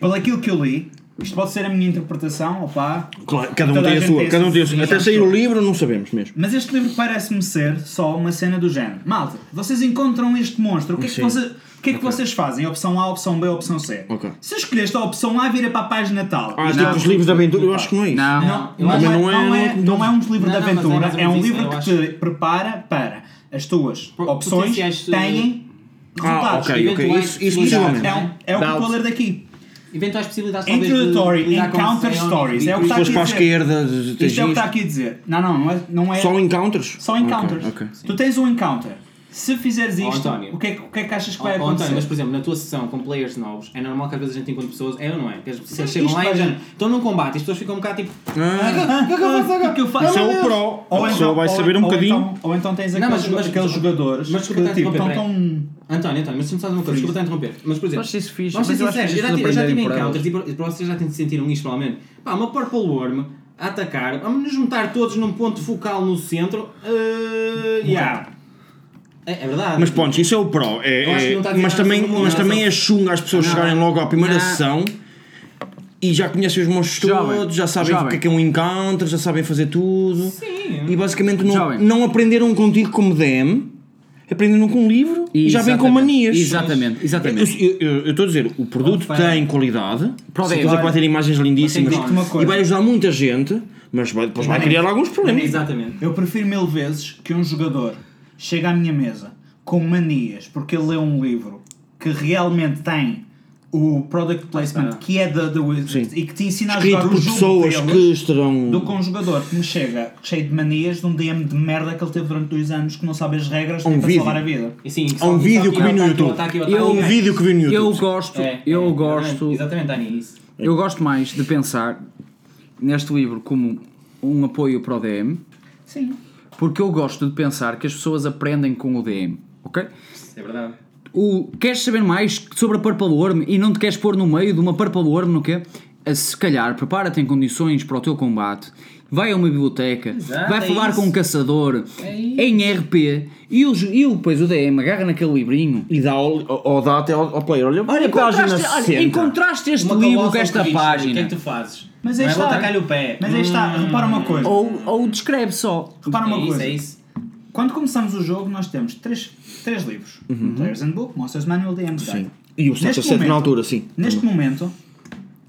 S4: Pelo aquilo que eu li, isto pode ser a minha interpretação, opá.
S2: Claro, cada um
S4: Toda a
S2: tem a
S4: gente
S2: sua.
S4: tem
S2: Cada um
S4: essa
S2: tem a sua.
S4: opinião.
S2: Até sair o livro não sabemos mesmo.
S4: Mas este livro parece-me ser só uma cena do género. Malta, vocês encontram este monstro, o que é que,
S2: Sim.
S4: vocês, o que, é que vocês fazem? Opção A, opção B, opção C.
S2: Ok.
S4: Se escolheste a opção A, vira para a página tal.
S2: Ah,
S4: Não.
S2: tipo os livros de aventura, eu acho que não é isso.
S5: Não.
S4: Não,
S3: eu
S4: não,
S3: acho-
S4: é,
S2: Também
S4: não, é, não, é,
S2: não-
S4: um livro
S3: Não,
S4: de
S3: não, mas é
S4: aventura,
S3: mais ou
S4: é um
S3: menos
S4: livro
S3: isso,
S4: que
S3: eu
S4: te prepara para as tuas
S3: Pro-
S4: opções
S3: potenciais, eh,
S4: têm
S2: Ah,
S4: resultados.
S2: ok, ok. Isso, isso visualmente.
S4: É, um, é o que eu estou a ler daqui.
S3: [laughs] Eventuais possibilidades talvez, de
S4: Introductory
S3: lidar com um
S4: Encounter
S3: Sion e-
S4: Stories. É o que
S2: Se
S4: está
S2: fores
S4: aqui
S2: para
S4: a
S2: a
S4: dizer.
S2: esquerda, tens
S4: Isto é o que está
S2: isto.
S4: aqui a dizer. Não, não, não é. Não é
S2: Só encounters?
S4: só encounters.
S2: Ok, ok.
S4: Tu tens um encounter. Se fizeres
S3: Ó,
S4: isto,
S3: António.
S4: o que, é, que- o que é que achas que
S3: Oh,
S4: vai
S3: oh, António,
S4: acontecer?
S3: mas por exemplo, na tua sessão com players novos, é normal que às vezes a gente encontre pessoas, é ou não é? Que as pessoas chegam
S4: isto
S3: lá e
S4: vai-
S3: já estão num combate e as pessoas ficam um bocado tipo.
S2: Ah,
S4: o que eu faço?
S2: Isso é o pro. A pessoa vai saber um
S4: então- ou
S2: bocadinho.
S4: Então, ou então tens
S3: Não,
S4: aqueles,
S3: mas- mas-
S4: aqueles jogadores
S3: mas desculpa,
S4: que tipo,
S3: tá,
S4: estão
S3: espera,
S4: tão
S3: António, António, mas deixa-me só dizer uma coisa, desculpa estar a interromper. Mas por exemplo,
S5: acho isso fixe,
S3: vamos ser
S5: mas eu acho
S3: sinceros,
S5: que
S3: eu já
S5: as
S3: tive- eu já
S5: pessoas
S3: tive
S5: aprenderem por
S3: encounters e para- e para vocês já têm- sentiram isto provavelmente. Pá, uma Purple Worm a atacar, vamos nos juntar todos num ponto focal no centro. eh, yeah. É, é verdade.
S2: Mas pontos, isso é o pro. É,
S3: Eu acho que não está a
S2: é-
S3: dizer
S2: mas
S3: nada
S2: também,
S3: sobre o mundo,
S2: mas
S3: não,
S2: também
S3: só-
S2: é chunga as pessoas chegarem logo à primeira
S5: Não.
S2: sessão e já conhecem os monstros
S5: Jovem.
S2: todos, já sabem
S5: Jovem.
S2: o que é, que é um encounter, já sabem fazer tudo.
S3: Sim.
S2: E basicamente não,
S5: Jovem.
S2: não aprenderam contigo como DM, aprenderam com um livro e, já vêm com
S5: Exatamente.
S2: manias.
S5: Exatamente, exatamente.
S2: Eu eu- eu- eu estou a dizer, o produto tem qualidade,
S5: Pro
S2: certeza
S5: DM.
S2: que vai ter imagens lindíssimas
S3: Mas tem que dizer
S4: uma
S2: e
S4: coisa.
S2: vai ajudar muita gente, mas vai, depois vai
S4: Mas nem-
S2: criar alguns problemas.
S3: Exatamente.
S4: Eu prefiro mil vezes que um jogador chegue à minha mesa com manias porque ele leu um livro que realmente tem o product placement
S3: Tá.
S4: que é da da Wizards e que te ensina a
S2: Escrito
S4: jogar o
S2: por
S4: jogo
S2: pessoas
S4: deles,
S2: que estarão.
S4: do que um jogador que me chega cheio de manias de um DM de merda que ele teve durante dois anos que não sabe as regras
S2: Um
S4: nem para
S2: vídeo.
S4: salvar a vida.
S3: E sim,
S2: Há um
S3: só-
S2: vídeo
S3: só-
S2: que vi no
S3: ataque,
S2: YouTube.
S3: ataque, ataque,
S2: Há um
S3: ataque.
S2: vídeo que vi no
S5: Eu
S2: YouTube.
S5: gosto,
S3: É,
S5: eu
S3: é,
S5: gosto,
S3: Exatamente, Dani, é isso.
S5: eu gosto mais de pensar neste livro como um apoio para o DM,
S4: Sim.
S5: porque eu gosto de pensar que as pessoas aprendem com o DM, ok?
S3: É verdade.
S5: O, queres saber mais sobre a Purple Worm e não te queres pôr no meio de uma Purple Worm no quê? A, se calhar, prepara-te em condições para o teu combate, vai a uma biblioteca,
S3: Exato,
S5: vai
S3: é
S5: falar
S3: isso. É
S5: com um caçador, em RP, e, o, ju- e o- depois o DM agarra naquele livrinho.
S2: E dá ao, ou dá até ao, ao player. Olha, olha a página
S5: Encontraste, olha,
S2: 60.
S5: encontraste este livro
S3: colossal
S5: com esta
S3: creature, O que é
S5: página.
S3: que tu fazes?
S4: Mas aí
S3: Não é,
S4: está.
S3: Vou atacar-lhe o pé. Hum.
S4: Mas aí está, repara uma coisa.
S5: Ou, ou descreve só.
S4: Repara uma
S3: é isso,
S4: coisa.
S3: é isso.
S4: Quando começamos o jogo, nós temos três, três livros: Um Player's Handbook, Monsters Manual, DM's Guide.
S2: Uhum. Sim. E o
S4: Neste
S2: 77 na
S4: momento-
S2: altura, sim. Uhum.
S4: Neste momento,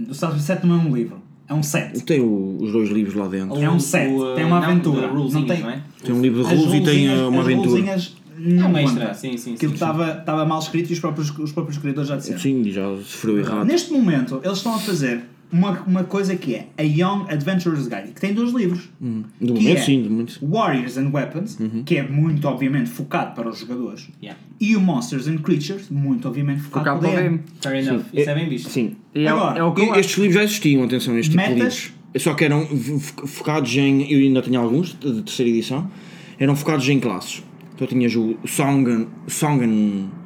S4: o Star 7 não é um livro, é um set.
S2: Tem o- os dois livros lá dentro.
S4: É um
S3: O-
S4: set,
S3: o,
S4: tem uma
S3: não,
S4: aventura,
S3: da
S4: não
S3: rulezinha,
S4: tem-
S3: é?
S2: Tem um livro de
S4: As
S2: rules e tem
S4: luzinhas-
S2: eh, uma
S4: as
S2: aventura.
S4: luzinhas não
S3: É uma
S4: conta.
S3: extra, sim, sim,
S4: Aquilo
S3: sim,
S4: estava estava mal escrito e os próprios, os próprios criadores já disseram.
S2: Sim, e já sofreu errado.
S4: Neste momento, eles estão a fazer uma, uma coisa que é a Young Adventurer's Guide, que tem dois livros.
S2: Hum. Do
S4: que
S2: momento,
S4: é
S2: sim, do momento. Uhum.
S4: Warriors and Weapons, que é muito, obviamente, focado para os jogadores.
S3: Yeah.
S4: E o Monsters and Creatures, muito, obviamente, focado
S5: Focado
S4: para o
S5: para o
S4: DM.
S5: DM.
S3: Fair enough. Isso é bem visto.
S2: Sim.
S5: E é,
S4: Agora,
S5: é o que eu
S2: E
S5: acho.
S2: Estes livros já existiam, atenção, este tipo de
S4: Metas?
S2: livros. Só que eram fo- fo- focados em. Eu ainda tenho alguns, de de terceira edição. Eram focados em classes. Então tinhas o Song and. Song and-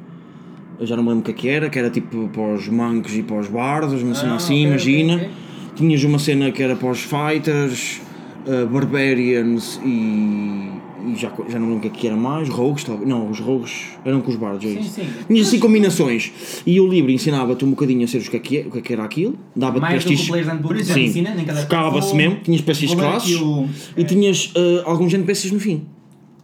S2: eu já não me lembro o que é que era, que era tipo para os monks e para os bardos, uma cena
S3: Ah,
S2: assim,
S3: ok,
S2: imagina.
S3: ok, ok.
S2: Tinhas uma cena que era para os fighters, eh, barbarians e. e já, co- já não me lembro o que é que era mais, rogues, talvez. Não, os rogues eram com os bardos, é isso.
S3: sim.
S2: Tinhas assim combinações. E o livro ensinava-te um bocadinho a ser o que é que, é- o que é que era aquilo, dava-te
S3: Mais do que o
S2: prestígio.
S3: Players Handbook
S2: Por
S3: já
S2: exemplo,
S3: ensina, nem cada-
S2: Focava-se
S4: Vou-
S2: mesmo, tinhas peças de
S4: vou ler
S2: classes
S4: aqui o-
S2: e tinhas eh, alguns NPCs no fim.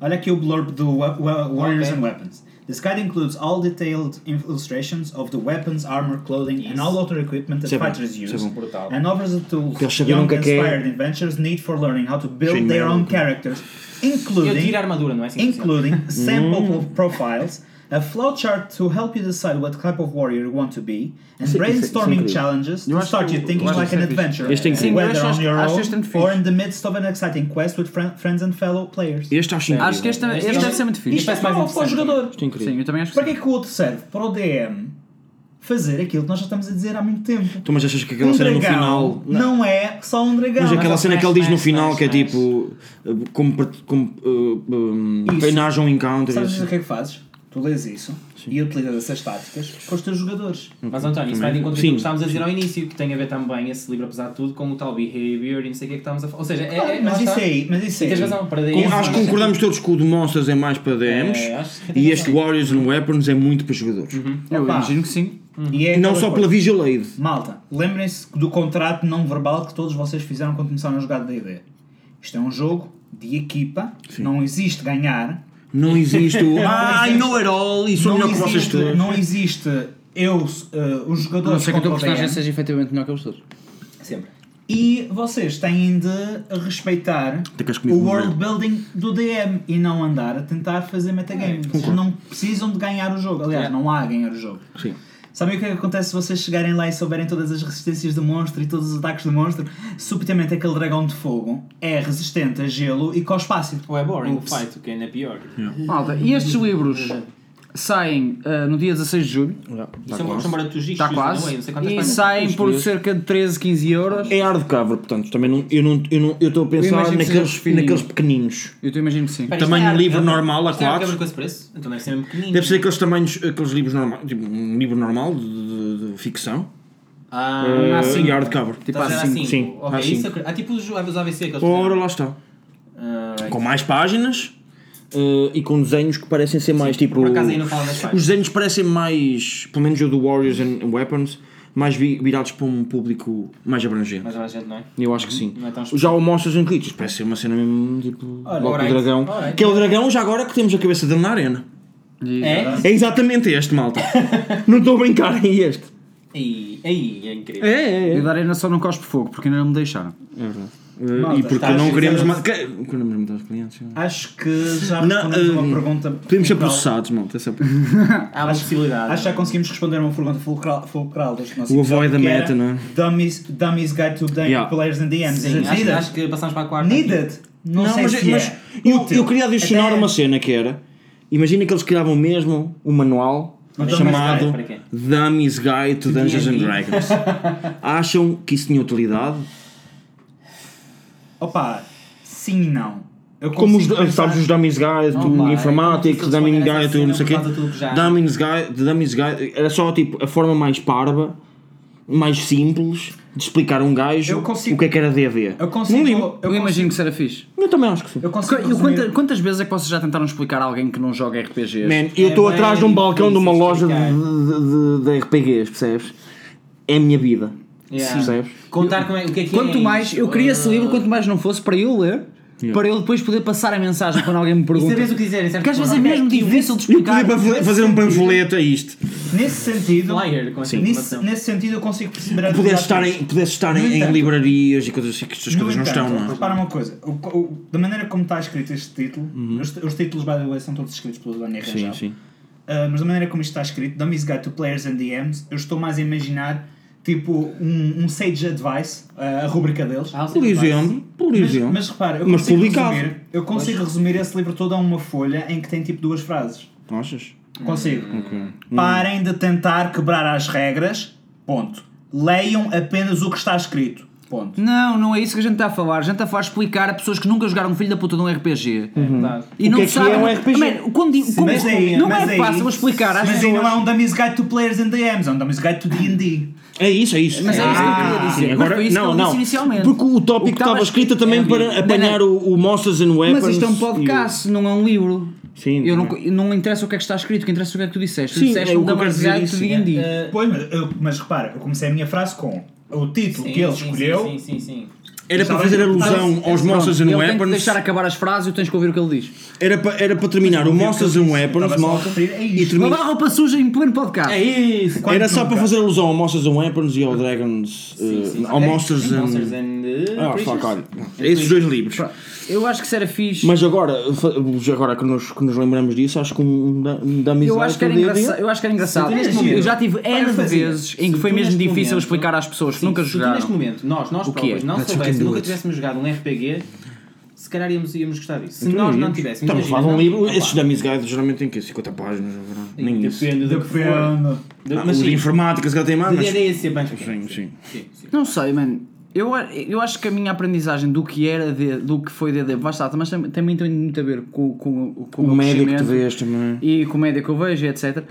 S4: Olha aqui o blurb do Wa- Wa- Warriors
S3: Ok.
S4: and Weapons. This guide includes all detailed illustrations of the weapons, armor, clothing, and all other equipment that
S2: Isso é bom,
S4: fighters
S2: isso é
S4: use,
S2: bom.
S4: and offers the tools
S2: Eles sabiam
S4: young
S2: o que é que é.
S4: inspired adventurers need for learning how to
S2: Sim,
S4: build their
S2: merda,
S4: own
S2: ok.
S4: characters,
S3: Eu tiro a
S4: including
S3: armadura, não é assim? que funciona?
S4: including sample pro- profiles, a flowchart to help you decide what type of warrior you want to be, and
S2: Isso- isso- isso é
S4: brainstorming
S2: incrível.
S4: challenges
S5: Eu
S4: to
S5: acho
S4: start
S5: que
S4: you
S5: o-
S4: thinking
S5: eu acho
S4: like
S5: que
S4: an
S5: isso é fixe.
S2: Este
S4: adventurer,
S2: é incrível.
S5: Sim, eu
S4: whether
S5: acho-
S4: on your
S5: acho
S4: own
S5: este muito
S4: or
S5: fixe.
S4: in the midst of an exciting quest with fri- friends and fellow players.
S2: Este acho incrível.
S5: Acho que este, este
S3: Este-
S5: deve ser muito fixe.
S4: Isto é
S3: parece mais
S4: só para o
S3: interessante.
S4: jogador.
S2: Isto é incrível.
S5: Sim, eu também acho que
S4: Para
S5: sim.
S4: que é que o outro serve? Para o DM fazer aquilo que nós já estamos a dizer há muito tempo.
S2: Então, mas achas que
S5: um
S2: aquela cena no final.
S4: não é só um dragão.
S2: Mas aquela
S3: mas
S2: cena
S3: smash,
S2: que ele diz no
S3: smash,
S2: final que é
S3: smash.
S2: tipo. eh, Como, per- como eh, eh,
S4: Isso.
S2: peinar um encounter.
S4: Sabes
S2: assim.
S4: o que é que fazes? tu lês isso e utilizas essas táticas com os teus jogadores.
S3: Mas António, isso vai de encontro
S2: Sim.
S3: aquilo que estávamos a dizer ao início, que tem a ver também esse livro, apesar de tudo, com o tal behavior e não sei o que é que estávamos a falar. Ou seja, é, é, lá
S4: mas isso
S3: está.
S4: aí, mas
S3: E
S4: isso aí.
S3: tens razão, para é daí.
S2: Com- acho que concordamos todos que o de Monsters é mais para DMs
S3: É, acho que tem
S2: e
S3: razão.
S2: este Warriors and Weapons é muito para jogadores.
S5: Eu
S4: Opa.
S5: imagino que sim.
S3: Uhum.
S4: E é
S2: Não
S4: aquela
S2: só
S4: coisa.
S2: pela visual aid.
S4: Malta, lembrem-se do contrato não verbal que todos vocês fizeram quando começaram a jogar D&D. Isto é um jogo de equipa, não existe ganhar,
S2: Não existe o
S6: Ah, I know it all e sou
S4: não
S6: melhor que vocês
S4: existe,
S6: todos.
S4: não existe eu, eh, os
S5: A não
S4: jogadores
S5: ser que o
S4: contra
S5: teu
S4: o
S5: personagem
S4: DM,
S5: seja efetivamente melhor que eles todos.
S4: sempre. E vocês têm de respeitar
S6: Ficas comigo
S4: o
S6: no
S4: world
S6: jogo.
S4: building do DM e não andar a tentar fazer metagame. Vocês não precisam de ganhar o jogo. Aliás,
S3: É.
S4: não há a ganhar o jogo.
S2: Sim.
S4: Sabem o que é que acontece se vocês chegarem lá e souberem todas as resistências do monstro e todos os ataques do monstro? Subitamente é aquele dragão de fogo é resistente a gelo e cospe ácido.
S3: Ou é boring o
S4: Ups.
S3: fight, o que ainda é pior.
S5: Malta, e estes livros saem ah, no dia 16 de julho,
S2: Tá
S3: Isso é uma questão baratugicha.
S5: está Tá
S3: é?
S5: quase, e é saem por cerca de 13, 15 euros.
S2: É hardcover, portanto, também não, eu não eu não- eu estou a pensar
S5: imagino que seja
S2: naqueles,
S5: fininho.
S2: naqueles pequeninos.
S5: Eu te imagino que sim.
S2: Tamanho livro normal, a
S3: Isto é
S2: quatro.
S3: hardcover com esse preço? Então deve ser mesmo pequenino.
S2: Deve ser aqueles tamanhos, aqueles livros normais, tipo um livro normal de, de- de ficção
S3: Ah,
S5: Ah, sim.
S2: e uh, assim hardcover.
S5: Tipo
S3: estás a
S5: assim.
S3: dizer
S2: sim,
S3: Ok,
S2: há
S3: isso
S2: cinco.
S3: acre- Há tipo os os AVC que eles
S2: Ora,
S3: fizeram.
S2: lá está.
S3: Ah, right.
S2: Com mais páginas eh, e com desenhos que parecem ser mais tipo.
S3: Por acaso aí não fala das páginas.
S2: Os desenhos parecem mais, pelo menos o do Warriors and Weapons, mais vi- virados para um público mais abrangente.
S3: Mas a gente não é?
S2: Eu acho que sim.
S3: Não é tão
S2: Já o Monsters and Creatures parece ser uma cena mesmo tipo.
S3: Olha,
S2: logo do
S3: alright,
S2: dragão.
S3: alright.
S2: Que é o dragão já agora que temos a cabeça dele na arena.
S3: É?
S2: É exatamente este, malta. não estou a brincar, é este.
S3: Aí, aí, [laughs] é incrível.
S2: É,
S5: E da arena só não cospe fogo, porque ainda não me deixaram.
S2: É verdade.
S4: Malta,
S2: e porque
S4: estás
S2: não
S4: a
S2: queremos
S4: dizer-
S2: ma- que- queremos matar os clientes. é? sim.
S4: Acho que já
S2: Não,
S4: respondemos a
S2: hum,
S4: uma pergunta.
S2: Podemos ser
S4: fulcral.
S2: processados, malta. essa- é
S3: Há uma possibilidade.
S4: Acho que já conseguimos responder a uma pergunta fulcral, fulcral deste nosso
S2: O
S4: episódio,
S2: avoid the
S4: que
S2: meta,
S4: era
S2: não é?
S4: Dummies, Dummies Guide to Dame
S2: Yeah.
S4: Players and DMs.
S3: Sim, acho,
S4: Needed?
S3: acho que passamos para a quarta.
S4: Needed? Não, sei
S2: é mas,
S4: se
S2: mas
S4: é.
S2: eu,
S4: Útil.
S2: eu queria adicionar
S4: Até-
S2: uma cena que era. Imagina que eles criavam mesmo um manual
S4: Mas
S2: chamado
S3: Dummies Guide,
S2: Dummies Guide to Dungeons and
S3: D&D.
S4: [laughs]
S2: Dragons. Acham que isso tinha utilidade?
S4: Opa, sim e não. Eu
S2: Como os,
S4: consigo pensar-
S2: sabes, os Dummies Guide
S3: Oh, pá,
S2: do
S3: é
S2: Informatics,
S3: como se
S2: Dummies
S3: fosse
S2: Guide do não sei o quê.
S3: essa cena por causa do que já-
S2: Dummies Guide, Dummies Guide. Era só tipo a forma mais parva, mais simples de explicar a um gajo
S4: Eu consigo-
S2: o que é que era DV.
S4: Eu consigo.
S2: Não digo.
S4: eu
S5: Eu,
S4: consigo-
S5: imagino que será fixe.
S2: Eu também acho que sim.
S4: Eu consigo.
S5: Eu-
S4: resumir-
S5: quanta- quantas vezes é que vocês já tentaram explicar a alguém que não joga RPGs?
S2: Man, eu
S3: É
S2: estou
S3: bem
S2: atrás de um balcão de uma loja
S3: difícil
S2: de, de,
S3: explicar.
S2: de- de RPGs, percebes? É a minha vida.
S3: Yeah.
S2: Percebes?
S3: Contar como é, o que é que
S5: Quanto
S3: é
S5: mais, eu queria esse livro, quanto mais não fosse para eu ler, para eu depois poder passar a mensagem quando alguém me
S2: é
S3: E
S5: pergunta.
S3: saberes o que dizer, em certo
S5: Porque às vezes é
S3: ponto.
S5: mesmo difícil de
S2: um Eu
S5: explicar.
S2: podia fa- fazer um panfleto a isto.
S4: Nesse sentido.
S3: Flyer com essa
S4: Nesse,
S3: informação.
S4: nesse sentido, eu consigo perceber a
S2: Pudesse estar
S4: didática.
S2: em, pudesse estar em,
S4: No
S2: em
S4: entanto-
S2: livrarias e coisas assim, que estas
S4: No
S2: coisas não
S4: entanto,
S2: estão, não é?
S4: Repara uma coisa, o, o- da maneira como está escrito este título, os, os títulos, by the way, são todos escritos pelo Daniel
S2: Uhum. Sim,
S4: Rangel,
S2: sim.
S4: Ah, mas da maneira como isto está escrito, Dummies Guide to Players and DMs, eu estou mais a imaginar tipo um, um Sage Advice, ah, a rubrica deles.
S3: Ah, o
S2: Por
S3: Sage Advice.
S2: exemplo, por
S4: mas,
S2: exemplo.
S4: mas repara, eu
S2: mas
S4: consigo,
S2: publicado.
S4: resumir, eu consigo resumir esse livro todo a uma folha em que tem tipo duas frases.
S2: Achas?
S4: Consigo. Parem de tentar quebrar as regras. Ponto. Leiam apenas o que está escrito. Ponto.
S5: Não, não é isso que a gente está a falar. A gente está a falar explicar a pessoas que nunca jogaram um filho da puta de um RPG.
S3: Verdade.
S5: E não
S2: que é que
S5: sabem.
S2: é um RPG?
S5: Man, quando, como-
S4: mas aí-
S5: não
S4: mas
S5: é
S4: aí-
S5: fácil explicar às
S4: Mas aí
S5: pessoas.
S4: não é um Dummy's Guide to Players and DMs, é um Dummy's Guide to D&D.
S2: É isso, é isso.
S5: Mas é isso que eu queria dizer.
S2: sim,
S5: Mas
S2: Agora,
S5: foi isso que
S2: não,
S5: ele
S2: não.
S5: disse inicialmente.
S2: Porque o tópico
S5: O que estava
S2: estava escrito
S5: escrito
S2: também
S5: é
S2: para
S5: horrível.
S2: apanhar
S5: Não,
S2: O, o Monsters and Weapons.
S5: Mas isto é um
S2: e o-
S5: podcast, não é um livro.
S2: Sim,
S5: Eu não,
S2: também.
S5: não interessa o que é que está escrito, o que interessa é o que é que tu disseste.
S2: Sim,
S5: tu disseste
S2: é o
S5: um
S2: que eu quero dizer
S5: Dumbers
S2: isso, é.
S5: Guide to D&D.
S4: Eh, Pois, mas, eu- mas repara, eu comecei a minha frase com o título que ele
S3: sim,
S4: escolheu.
S3: Sim, sim, sim. sim.
S2: Era para
S4: Estava-
S2: fazer alusão aos Monsters and
S5: Ele tem que
S2: Weapons.
S5: deixar acabar as frases e tu tens que ouvir o que ele diz.
S2: Era para era para terminar o Monsters and Weapons,
S4: Estava só a
S2: um malta.
S4: referir a
S2: E
S4: isto.
S5: Lavar
S2: terminar.
S5: a roupa suja em pleno podcast.
S3: É isso.
S4: Quanto
S2: Era só
S4: nunca?
S2: para fazer alusão ao Monsters and Weapons e ao Dragons. eh, Ao Monsters
S3: Monsters
S2: and.
S3: and... uh,
S2: Ah,
S3: Creatures.
S2: fuck, olha. Esses dois livros.
S5: Eu acho que será fixe.
S2: Mas agora, fa- agora que nos, que nos lembramos disso, acho que um da, um da amizade
S5: Eu acho, que era
S2: do D&D.
S5: engraça- eu acho que era engraçado.
S3: Se tu neste
S5: Eu
S3: momento-
S5: já tive
S3: eu
S5: N de
S3: fazia.
S5: vezes em
S3: Se
S5: que foi
S3: tu
S5: mesmo
S3: neste
S5: difícil
S3: momento-
S5: explicar às pessoas que
S3: Sim,
S5: nunca
S3: se tu neste
S5: jogaram.
S3: momento, nós, nós
S5: O que
S3: próprios,
S5: é?
S3: não
S2: That's
S3: soubéssemos,
S2: fucking
S3: nunca
S2: good.
S3: tivéssemos jogado um RPG, se calhar íamos, íamos gostar disso. Se
S2: Então,
S3: nós não
S2: livros.
S3: tivéssemos...
S2: Estamos a falar de um
S3: imagina,
S2: livro.
S3: não,
S2: Esses
S3: opa,
S2: da Miss Guide geralmente têm que 50 páginas. não verá? Nem isso.
S3: Depende do que for.
S4: Depende.
S3: De-
S2: Ah,
S3: Mas
S2: o de
S3: sim,
S2: Ah, informática se calhar tem mais.
S3: de
S2: Mas...
S3: DDS é mais
S2: Sim, sim.
S5: Não sei, mano. Eu, a- eu acho que a minha aprendizagem do que era de- do que foi DD bastante, mas também, também tem muito a ver com, com, com
S2: O
S5: meu
S2: médico que tu
S5: crescimento
S2: vês né? também.
S5: e com o média que eu vejo, etc.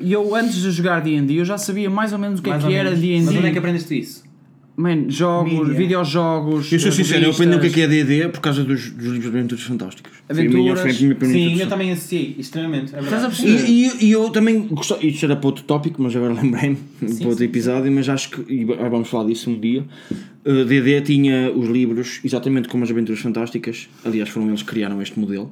S5: E eu antes de jogar D&D eu já sabia mais ou menos o que é
S3: Mais
S5: que
S3: ou
S5: era
S3: menos. Mas onde é que
S5: D&D.
S3: aprendeste isso?
S5: Man, jogos,
S4: Mídia.
S5: videojogos,
S2: Eu sou sincero, eu
S5: revistas.
S2: aprendi o que é que é DD por causa dos, dos livros de Aventuras Fantásticas. Foi a minha-
S5: Aventuras.
S2: foi a minha primeira
S3: Sim, eu
S2: introdução.
S3: também associei, extremamente. É
S5: Estás a
S3: verdade.
S2: E,
S5: perceber?
S2: e- e eu também gostava, isto era para outro tópico, mas agora [laughs] lembrei-me para outro episódio, mas acho que e va- vamos falar disso um dia. Uh, DD tinha os livros exatamente como as Aventuras Fantásticas, aliás, foram eles que criaram este modelo.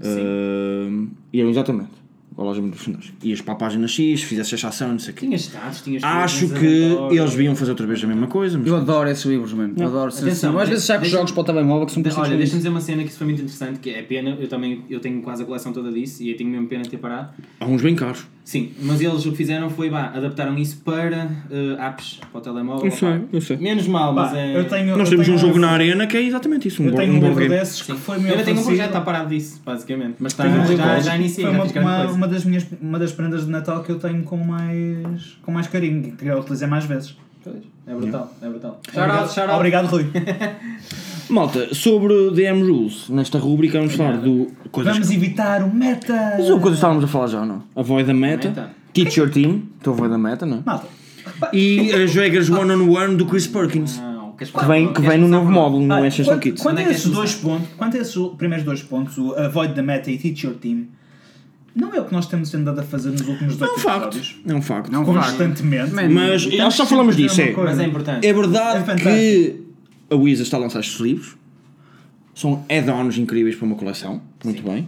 S2: Uh, e eram exatamente igual às Aventuras Fantásticas. Ias para a página X, fizesse essa ação, não sei o quê.
S3: Tinha estados, tinha
S2: Acho que eles deviam fazer outra vez a mesma coisa. mas-
S5: Eu adoro esses livros, mano. Eu adoro. sim,
S3: Atenção,
S5: sim. Eu Às
S3: de-
S5: vezes saco
S3: deixa-
S5: jogos para o telemóvel que são parecidos
S3: Olha,
S5: com
S3: deixa-me
S5: isso.
S3: dizer uma cena que isso foi muito interessante, que é pena, eu também eu tenho quase a coleção toda disso e eu tenho mesmo pena de ter parado.
S2: Há uns bem caros.
S3: Sim, mas eles o que fizeram foi, bah, adaptaram isso para eh, apps, para o telemóvel.
S2: Eu
S3: pá.
S2: sei, eu sei.
S3: Menos mal, mas
S4: Pá,
S3: é...
S4: eu tenho,
S2: Nós
S4: eu
S2: temos
S4: tenho
S2: um jogo na
S4: livro-
S2: arena que é exatamente isso. Um
S4: Eu
S2: board-
S4: tenho
S2: um
S4: um
S2: board
S4: livro
S2: game.
S4: desses que foi meu
S3: Eu ainda tenho um
S4: oferecido.
S3: projeto está parado disso, basicamente. Mas está,
S4: Tenho um livro
S3: já,
S4: desses.
S3: já iniciei,
S4: Foi
S3: já
S4: uma,
S3: fiz grande
S4: uma-
S3: coisa.
S4: uma das minhas uma das prendas de Natal que eu tenho com mais com mais carinho e que eu utilizei mais vezes.
S3: Pois, É brutal, é brutal.
S4: Obrigado,
S3: Shout out, [laughs]
S4: obrigado Rui.
S2: Malta, sobre DM Rules, nesta rubrica vamos falar do. Coisas
S4: Vamos evitar o meta.
S2: Mas uma coisa que estávamos a falar já, não? Avoid the meta,
S3: Meta.
S2: teach your team, tu avoid the meta, não é?
S4: Malta,
S2: E as regras one-on-one do Chris Perkins,
S3: Não, queres
S2: que
S3: falar-
S2: vem, que
S3: queres
S2: vem no
S3: começar
S2: novo
S3: por-
S2: módulo, no
S4: Ah,
S2: Essential
S4: quando,
S2: Kits.
S4: quando
S3: Onde é que
S4: esses
S3: queres
S4: dois pontos, quando esses o- primeiros dois pontos, o Avoid the Meta e Teach Your Team, não é o que nós temos andado a fazer nos últimos
S2: É
S4: dois
S2: um facto.
S4: episódios.
S2: É um facto.
S5: Não faz.
S4: Constantemente.
S5: Man,
S2: Mas
S4: Estamos
S2: acho que já
S4: sempre
S2: falamos
S4: a fazer
S2: disso,
S4: é uma
S2: é.
S4: coisa.
S3: Mas é importante.
S2: É
S4: É
S2: verdade
S4: fantástico.
S2: que a Wizards está a lançar estes livros, são add-ons incríveis para uma coleção, muito bem,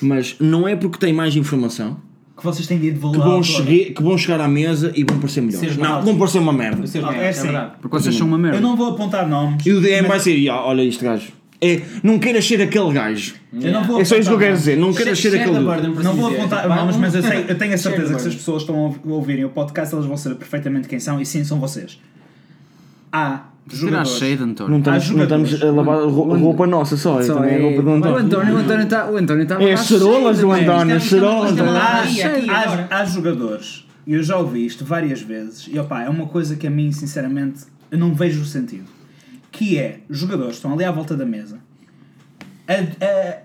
S2: mas não é porque tem mais informação
S4: Que vocês têm de
S2: que
S4: devolver.
S2: vão, chegue- que vão chegar à mesa e vão parecer melhores.
S3: Seres
S2: Não,
S3: maus.
S2: vão parecer uma merda.
S3: Os seus
S4: Ah, é
S3: maiores, é
S4: assim.
S3: verdade.
S5: porque vocês são uma merda.
S4: Eu não vou apontar nomes.
S2: E o DM vai ser, "Ya, olha este gajo. É, não queiras ser aquele gajo.
S4: Eu não vou
S2: É só isso que eu
S4: apontar
S2: quero
S4: nomes.
S2: dizer, não queiras ser
S4: é
S3: Share the
S2: aquele. do-
S3: burden, por
S4: Não
S3: assim
S4: vou
S3: dizer.
S4: apontar
S3: Vá,
S4: nomes,
S3: vamos-
S4: mas [laughs] eu, sei- eu tenho a certeza que se
S3: Share
S4: as
S3: the burden.
S4: pessoas estão a ouvirem o podcast, elas vão saber perfeitamente quem são e sim, são vocês. Há
S5: Tira a
S4: jogadores.
S5: shade,
S2: Não
S5: António.
S2: estamos, não
S4: jogadores.
S2: estamos a lavar ro- roupa nossa só, é também é roupa do
S5: O
S4: Então,
S2: António.
S5: António está. O António está.
S2: É as cerolas do António,
S4: é
S2: as cerolas do António.
S4: Há,
S3: Maria, aqui
S4: Ah, há-
S3: agora.
S4: há jogadores, e eu já ouvi isto várias vezes, e opá, é uma coisa que a mim, sinceramente, eu não vejo o sentido. Que é, jogadores estão ali à volta da mesa, a,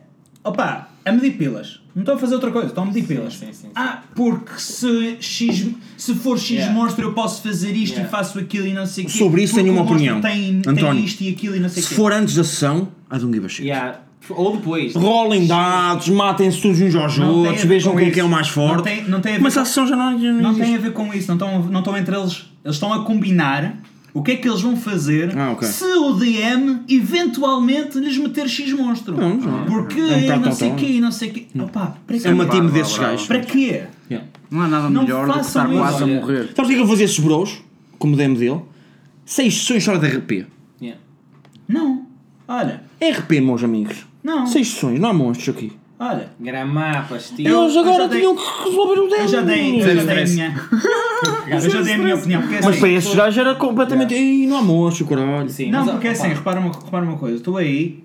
S4: a, opá, a medir pilas. Não estão a fazer outra coisa, estão a medir pilas.
S3: sim, sim, sim.
S4: Ah, porque se, X, se for X
S3: Yeah.
S4: monstro eu posso fazer isto
S3: Yeah.
S4: e faço aquilo e não sei o quê.
S2: Sobre isso
S4: porque
S2: tenho
S4: o
S2: uma
S4: monstro
S2: opinião.
S4: Tem, tem
S2: António,
S4: isto e aquilo e não sei o
S2: Se
S4: quê.
S2: for antes da sessão, I don't give a shit.
S3: Yeah. Ou depois.
S2: Rolem dados, matem-se todos uns aos
S4: Não tem a
S2: outros,
S4: ver
S2: vejam
S4: com
S2: quem é
S4: isso.
S2: que é o mais
S4: Não
S2: forte.
S4: tem- não tem a ver
S2: Mas
S4: com-
S2: a sessão já não, é já não
S4: Não
S2: existe.
S4: tem a ver com isso, não estão, não estão entre eles. Eles estão a combinar o que é que eles vão fazer
S2: Ah, ok.
S4: se o DM eventualmente lhes meter X monstro.
S2: Não, não.
S4: Porque
S2: É um tal,
S4: não
S2: tal,
S4: sei
S2: tal.
S4: quê, não sei quê. Opa, para quê?
S2: É uma time
S5: Bravo,
S2: desses
S5: bravo.
S2: gajos.
S4: Para quê?
S2: Yeah.
S5: Não há nada
S4: Não
S5: melhor do que
S4: façam
S5: estar
S4: isso,
S5: quase a
S3: olha.
S5: morrer.
S2: Sabes o que é que eu fazia esses bros, como DM dele? Seis sessões só de RP.
S3: Yeah.
S4: Não. Olha,
S2: RP, É meus amigos.
S4: Não.
S2: Seis sessões, não há monstros aqui.
S4: olha.
S3: Gramar, pastilha.
S4: Eu-
S2: Eles
S4: eu
S2: agora
S4: já dei-
S2: tinham que resolver o
S4: Eu
S2: DM.
S4: já dei, eu já dei a
S3: [laughs]
S5: stress.
S4: minha. Eu já dei a minha opinião. Porque é
S2: Mas
S4: assim,
S2: para esses gajos era completamente. Ei, não há monstro, caralho.
S3: Sim,
S4: Não,
S3: mas,
S4: porque é
S3: opa,
S4: assim, repara uma, repara uma coisa, tu aí,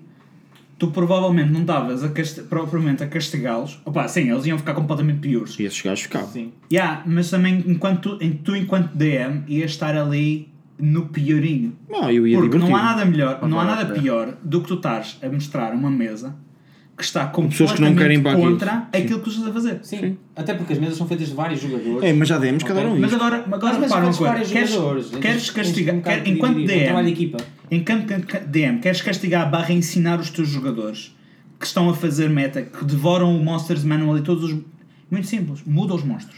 S4: tu provavelmente não estavas a cast- propriamente a castigá-los. Opa, sim, eles iam ficar completamente piores.
S2: E esses gajos ficavam.
S3: Sim.
S4: Yeah, mas também enquanto, em- tu, enquanto DM, ias estar ali no piorinho.
S2: Não, eu ia
S4: Porque
S2: divertir.
S4: não há nada melhor, não há
S5: vai,
S4: nada
S5: ok.
S4: pior do que tu estares a mostrar uma mesa que está
S2: pessoas que não
S4: completamente
S2: querem para aquilo.
S4: contra aquilo que tu estás a fazer.
S3: Sim. Até porque as mesas são feitas de vários jogadores.
S2: É, mas já demos cada um
S4: Mas
S2: isto.
S4: agora, agora
S3: Às vezes
S4: repara uma
S3: fazes
S4: coisa,
S3: vários
S4: queres,
S3: jogadores,
S4: queres
S3: tens- tens de
S4: castigar,
S3: um bocado
S4: quer- enquanto
S3: dividir, é um trabalho de
S4: DM,
S3: equipa.
S4: enquanto enquanto DM, queres castigar barra ensinar os teus jogadores que estão a fazer meta, que devoram o Monsters Manual e todos os... Muito simples, muda os monstros.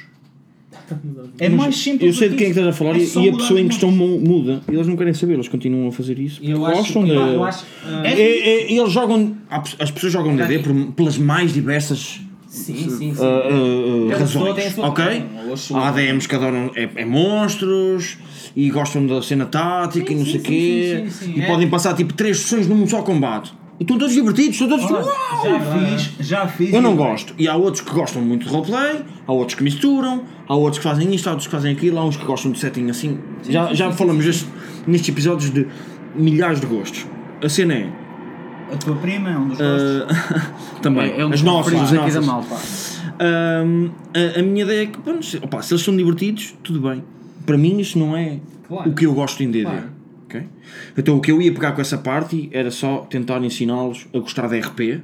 S4: É mais simples
S2: Eu sei
S4: do
S2: de quem é que estás
S4: isso.
S2: a falar
S4: É
S2: e,
S4: só
S2: e a
S4: mudar
S2: pessoa em
S4: os
S2: questão
S4: monstros.
S2: mu- muda. Eles não querem saber, eles continuam a fazer isso.
S3: Eu acho
S2: gostam
S3: que-
S2: de.
S3: eu acho, ah,
S2: É, é, eles jogam. há pe- As pessoas jogam DD por- pelas mais diversas
S3: Sim, sim, sim.
S2: ah, ah, ah,
S3: Cada pessoa tem a
S2: razões.
S3: sua
S2: Ok?
S3: opinião, ou a sua.
S2: Há ADMs que adoram é, é monstros e gostam da cena tática e não sei o
S3: sim,
S2: quê.
S3: sim, sim, sim,
S2: E
S3: é.
S2: podem passar tipo três sessões num só combate. E estão todos divertidos, estão todos. Uau!
S4: Já fiz, já fiz.
S2: Eu
S4: e
S2: não
S4: bem.
S2: gosto. E há outros que gostam muito de roleplay, há outros que misturam, há outros que fazem isto, há outros que fazem aquilo, há uns que gostam de setting assim. já já falamos neste- nestes episódios de milhares de gostos. A cena é.
S4: A tua prima é um dos gostos.
S2: ah, também.
S5: É um dos
S2: as nossas.
S5: preferidos
S2: As
S5: aqui da
S2: nossas.
S5: malta.
S2: Ahm, a, a minha ideia é que, pronto, se, opa, se eles são divertidos, tudo bem. Para mim, isto não é
S3: Claro.
S2: o que eu gosto em DD.
S3: Claro.
S2: ok? Então o que eu ia pegar com essa parte era só tentar ensiná-los a gostar de RP,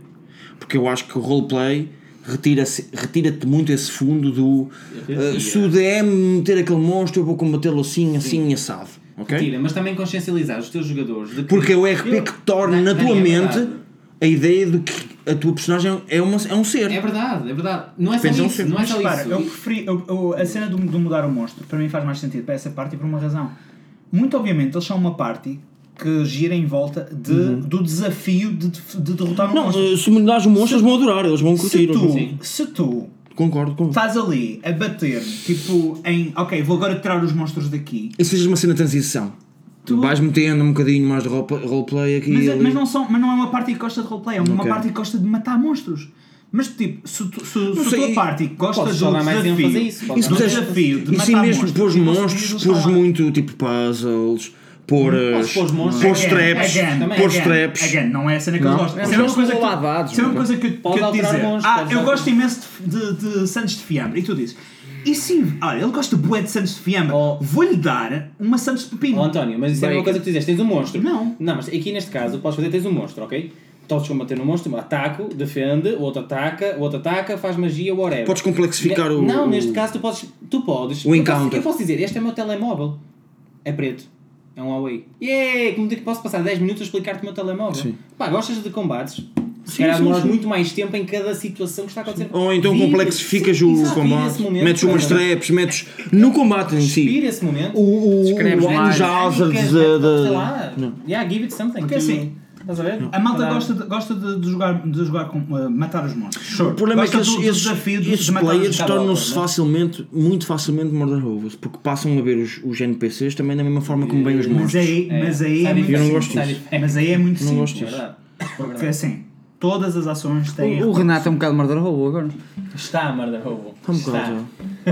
S2: porque eu acho que o roleplay retira-se- retira-te muito esse fundo do eh, se o DM meter aquele monstro, eu vou combatê-lo assim, assim, assado, ok?
S3: Tira, mas também consciencializar os teus jogadores de que-
S2: Porque é o RP que torna
S3: Não,
S2: na
S3: não,
S2: tua
S3: é
S2: mente
S3: verdade.
S2: a ideia de que a tua personagem é, uma, é um ser.
S3: É verdade, é verdade. Não é só
S2: Pensam
S3: isso,
S2: sempre.
S3: não é
S4: Mas
S3: só
S4: repara,
S3: isso.
S4: eu preferi. eu- eu- a cena do- de, mudar o monstro, para mim faz mais sentido para essa parte e por uma razão. Muito obviamente, eles são uma party que gira em volta de- do desafio de, de derrotar um
S2: Uhum. Não,
S4: monstro.
S2: eh, se me dás um monstro, eles vão adorar, eles vão curtir.
S4: Se
S2: eles vão-
S4: tu, se tu
S2: Concordo com
S4: estás ali a bater, tipo, em ok, vou agora tirar os monstros daqui.
S2: E se fizes uma cena de transição? Tu vais metendo um bocadinho mais de role- roleplay aqui e
S4: Mas,
S2: ali.
S4: mas não são, mas não é uma parte que gosta de roleplay, é uma
S2: Ok.
S4: parte que gosta de matar monstros. Mas tipo, se, tu, se, se
S2: sei,
S4: a tua parte gosta do
S3: podes só dar mais
S4: desafio,
S3: ênfase a isso, podes
S2: Isso
S4: do
S3: dar
S2: puseres-
S4: é um desafio de
S2: e se
S4: matar
S2: mesmo pôs
S4: e eles-
S2: monstros,
S4: eles
S2: pôs
S4: falam,
S2: muito tipo puzzles, pôr
S3: Podes pôr os monstros.
S2: pôr
S4: again,
S2: traps,
S4: again,
S3: também,
S2: pôr
S4: again,
S2: traps.
S4: again, não é a cena que eu
S2: Não.
S4: gosto.
S2: É
S4: Se
S2: uma
S4: uma coisa que-
S5: lavados,
S4: se é uma
S5: não é?
S4: coisa que, que eu
S3: Pode
S4: te
S3: alterar
S4: dizer,
S3: monstros,
S4: ah,
S3: podes
S4: eu
S3: alterar-
S4: gosto imenso de, de, de Santos de Fiambre, e tu dizes, e sim, olha, ele gosta bué de Santos de Fiambre,
S3: Oh.
S4: vou-lhe dar uma Santos de Pepino.
S3: Oh, António, mas isso é
S5: Bacon.
S3: uma coisa que tu dizes, tens um monstro.
S4: Não.
S3: Não, mas aqui neste caso, podes fazer, tens um monstro, ok? Podes combater no monstro, um ataco, defende, o outro ataca, o outro ataca, faz magia, whatever.
S2: Podes complexificar
S3: Ne-
S2: o-
S3: Não, neste
S2: o-
S3: caso tu podes. Tu podes.
S2: O
S3: eu
S2: encounter.
S3: Posso, eu posso dizer, este é o meu telemóvel. É preto. É um Huawei. Yay! Como é que posso passar 10 minutos a explicar-te o meu telemóvel?
S2: Sim.
S3: Pá, gostas de combates? Se calhar demoras muito mais tempo em cada situação que está a acontecer.
S2: Ou então
S3: Vive-
S2: complexificas
S3: Sim,
S2: o
S3: exato, vive
S2: combate,
S3: esse momento,
S2: metes umas
S3: cara.
S2: traps, metes no combate em si.
S3: Vira esse momento.
S2: O, o,
S4: é
S5: Escreves
S2: o-
S5: mais.
S2: os hazards
S3: Sei
S2: de- de-
S3: lá. Yeah, give it something.
S4: Porque
S3: to-
S4: assim,
S3: Estás a ver?
S4: A malta
S3: Para-
S4: gosta de, gosta de, de jogar, de jogar com, eh, matar os monstros.
S2: O problema é que
S4: Gosta
S2: esses,
S4: do- do
S2: esses-
S4: desafio de-
S2: esses
S4: de matar os
S2: players
S4: monstros.
S2: tornam-se
S3: né?
S2: facilmente, muito facilmente murder rovers, porque passam a ver os, os NPCs também da mesma forma como bem os
S4: Mas
S2: monstros.
S4: aí, mas aí é,
S3: Side
S4: muito
S2: Eu não
S4: simples.
S2: gosto disso.
S3: effect, side effect.
S4: Mas aí é muito
S2: Não gosto
S4: simples.
S3: É verdade.
S4: Porque assim, todas as ações têm.
S5: O, o Renato é um bocado murder hole agora.
S3: Está, merda, roubo.
S2: um
S3: Está.
S2: bocado,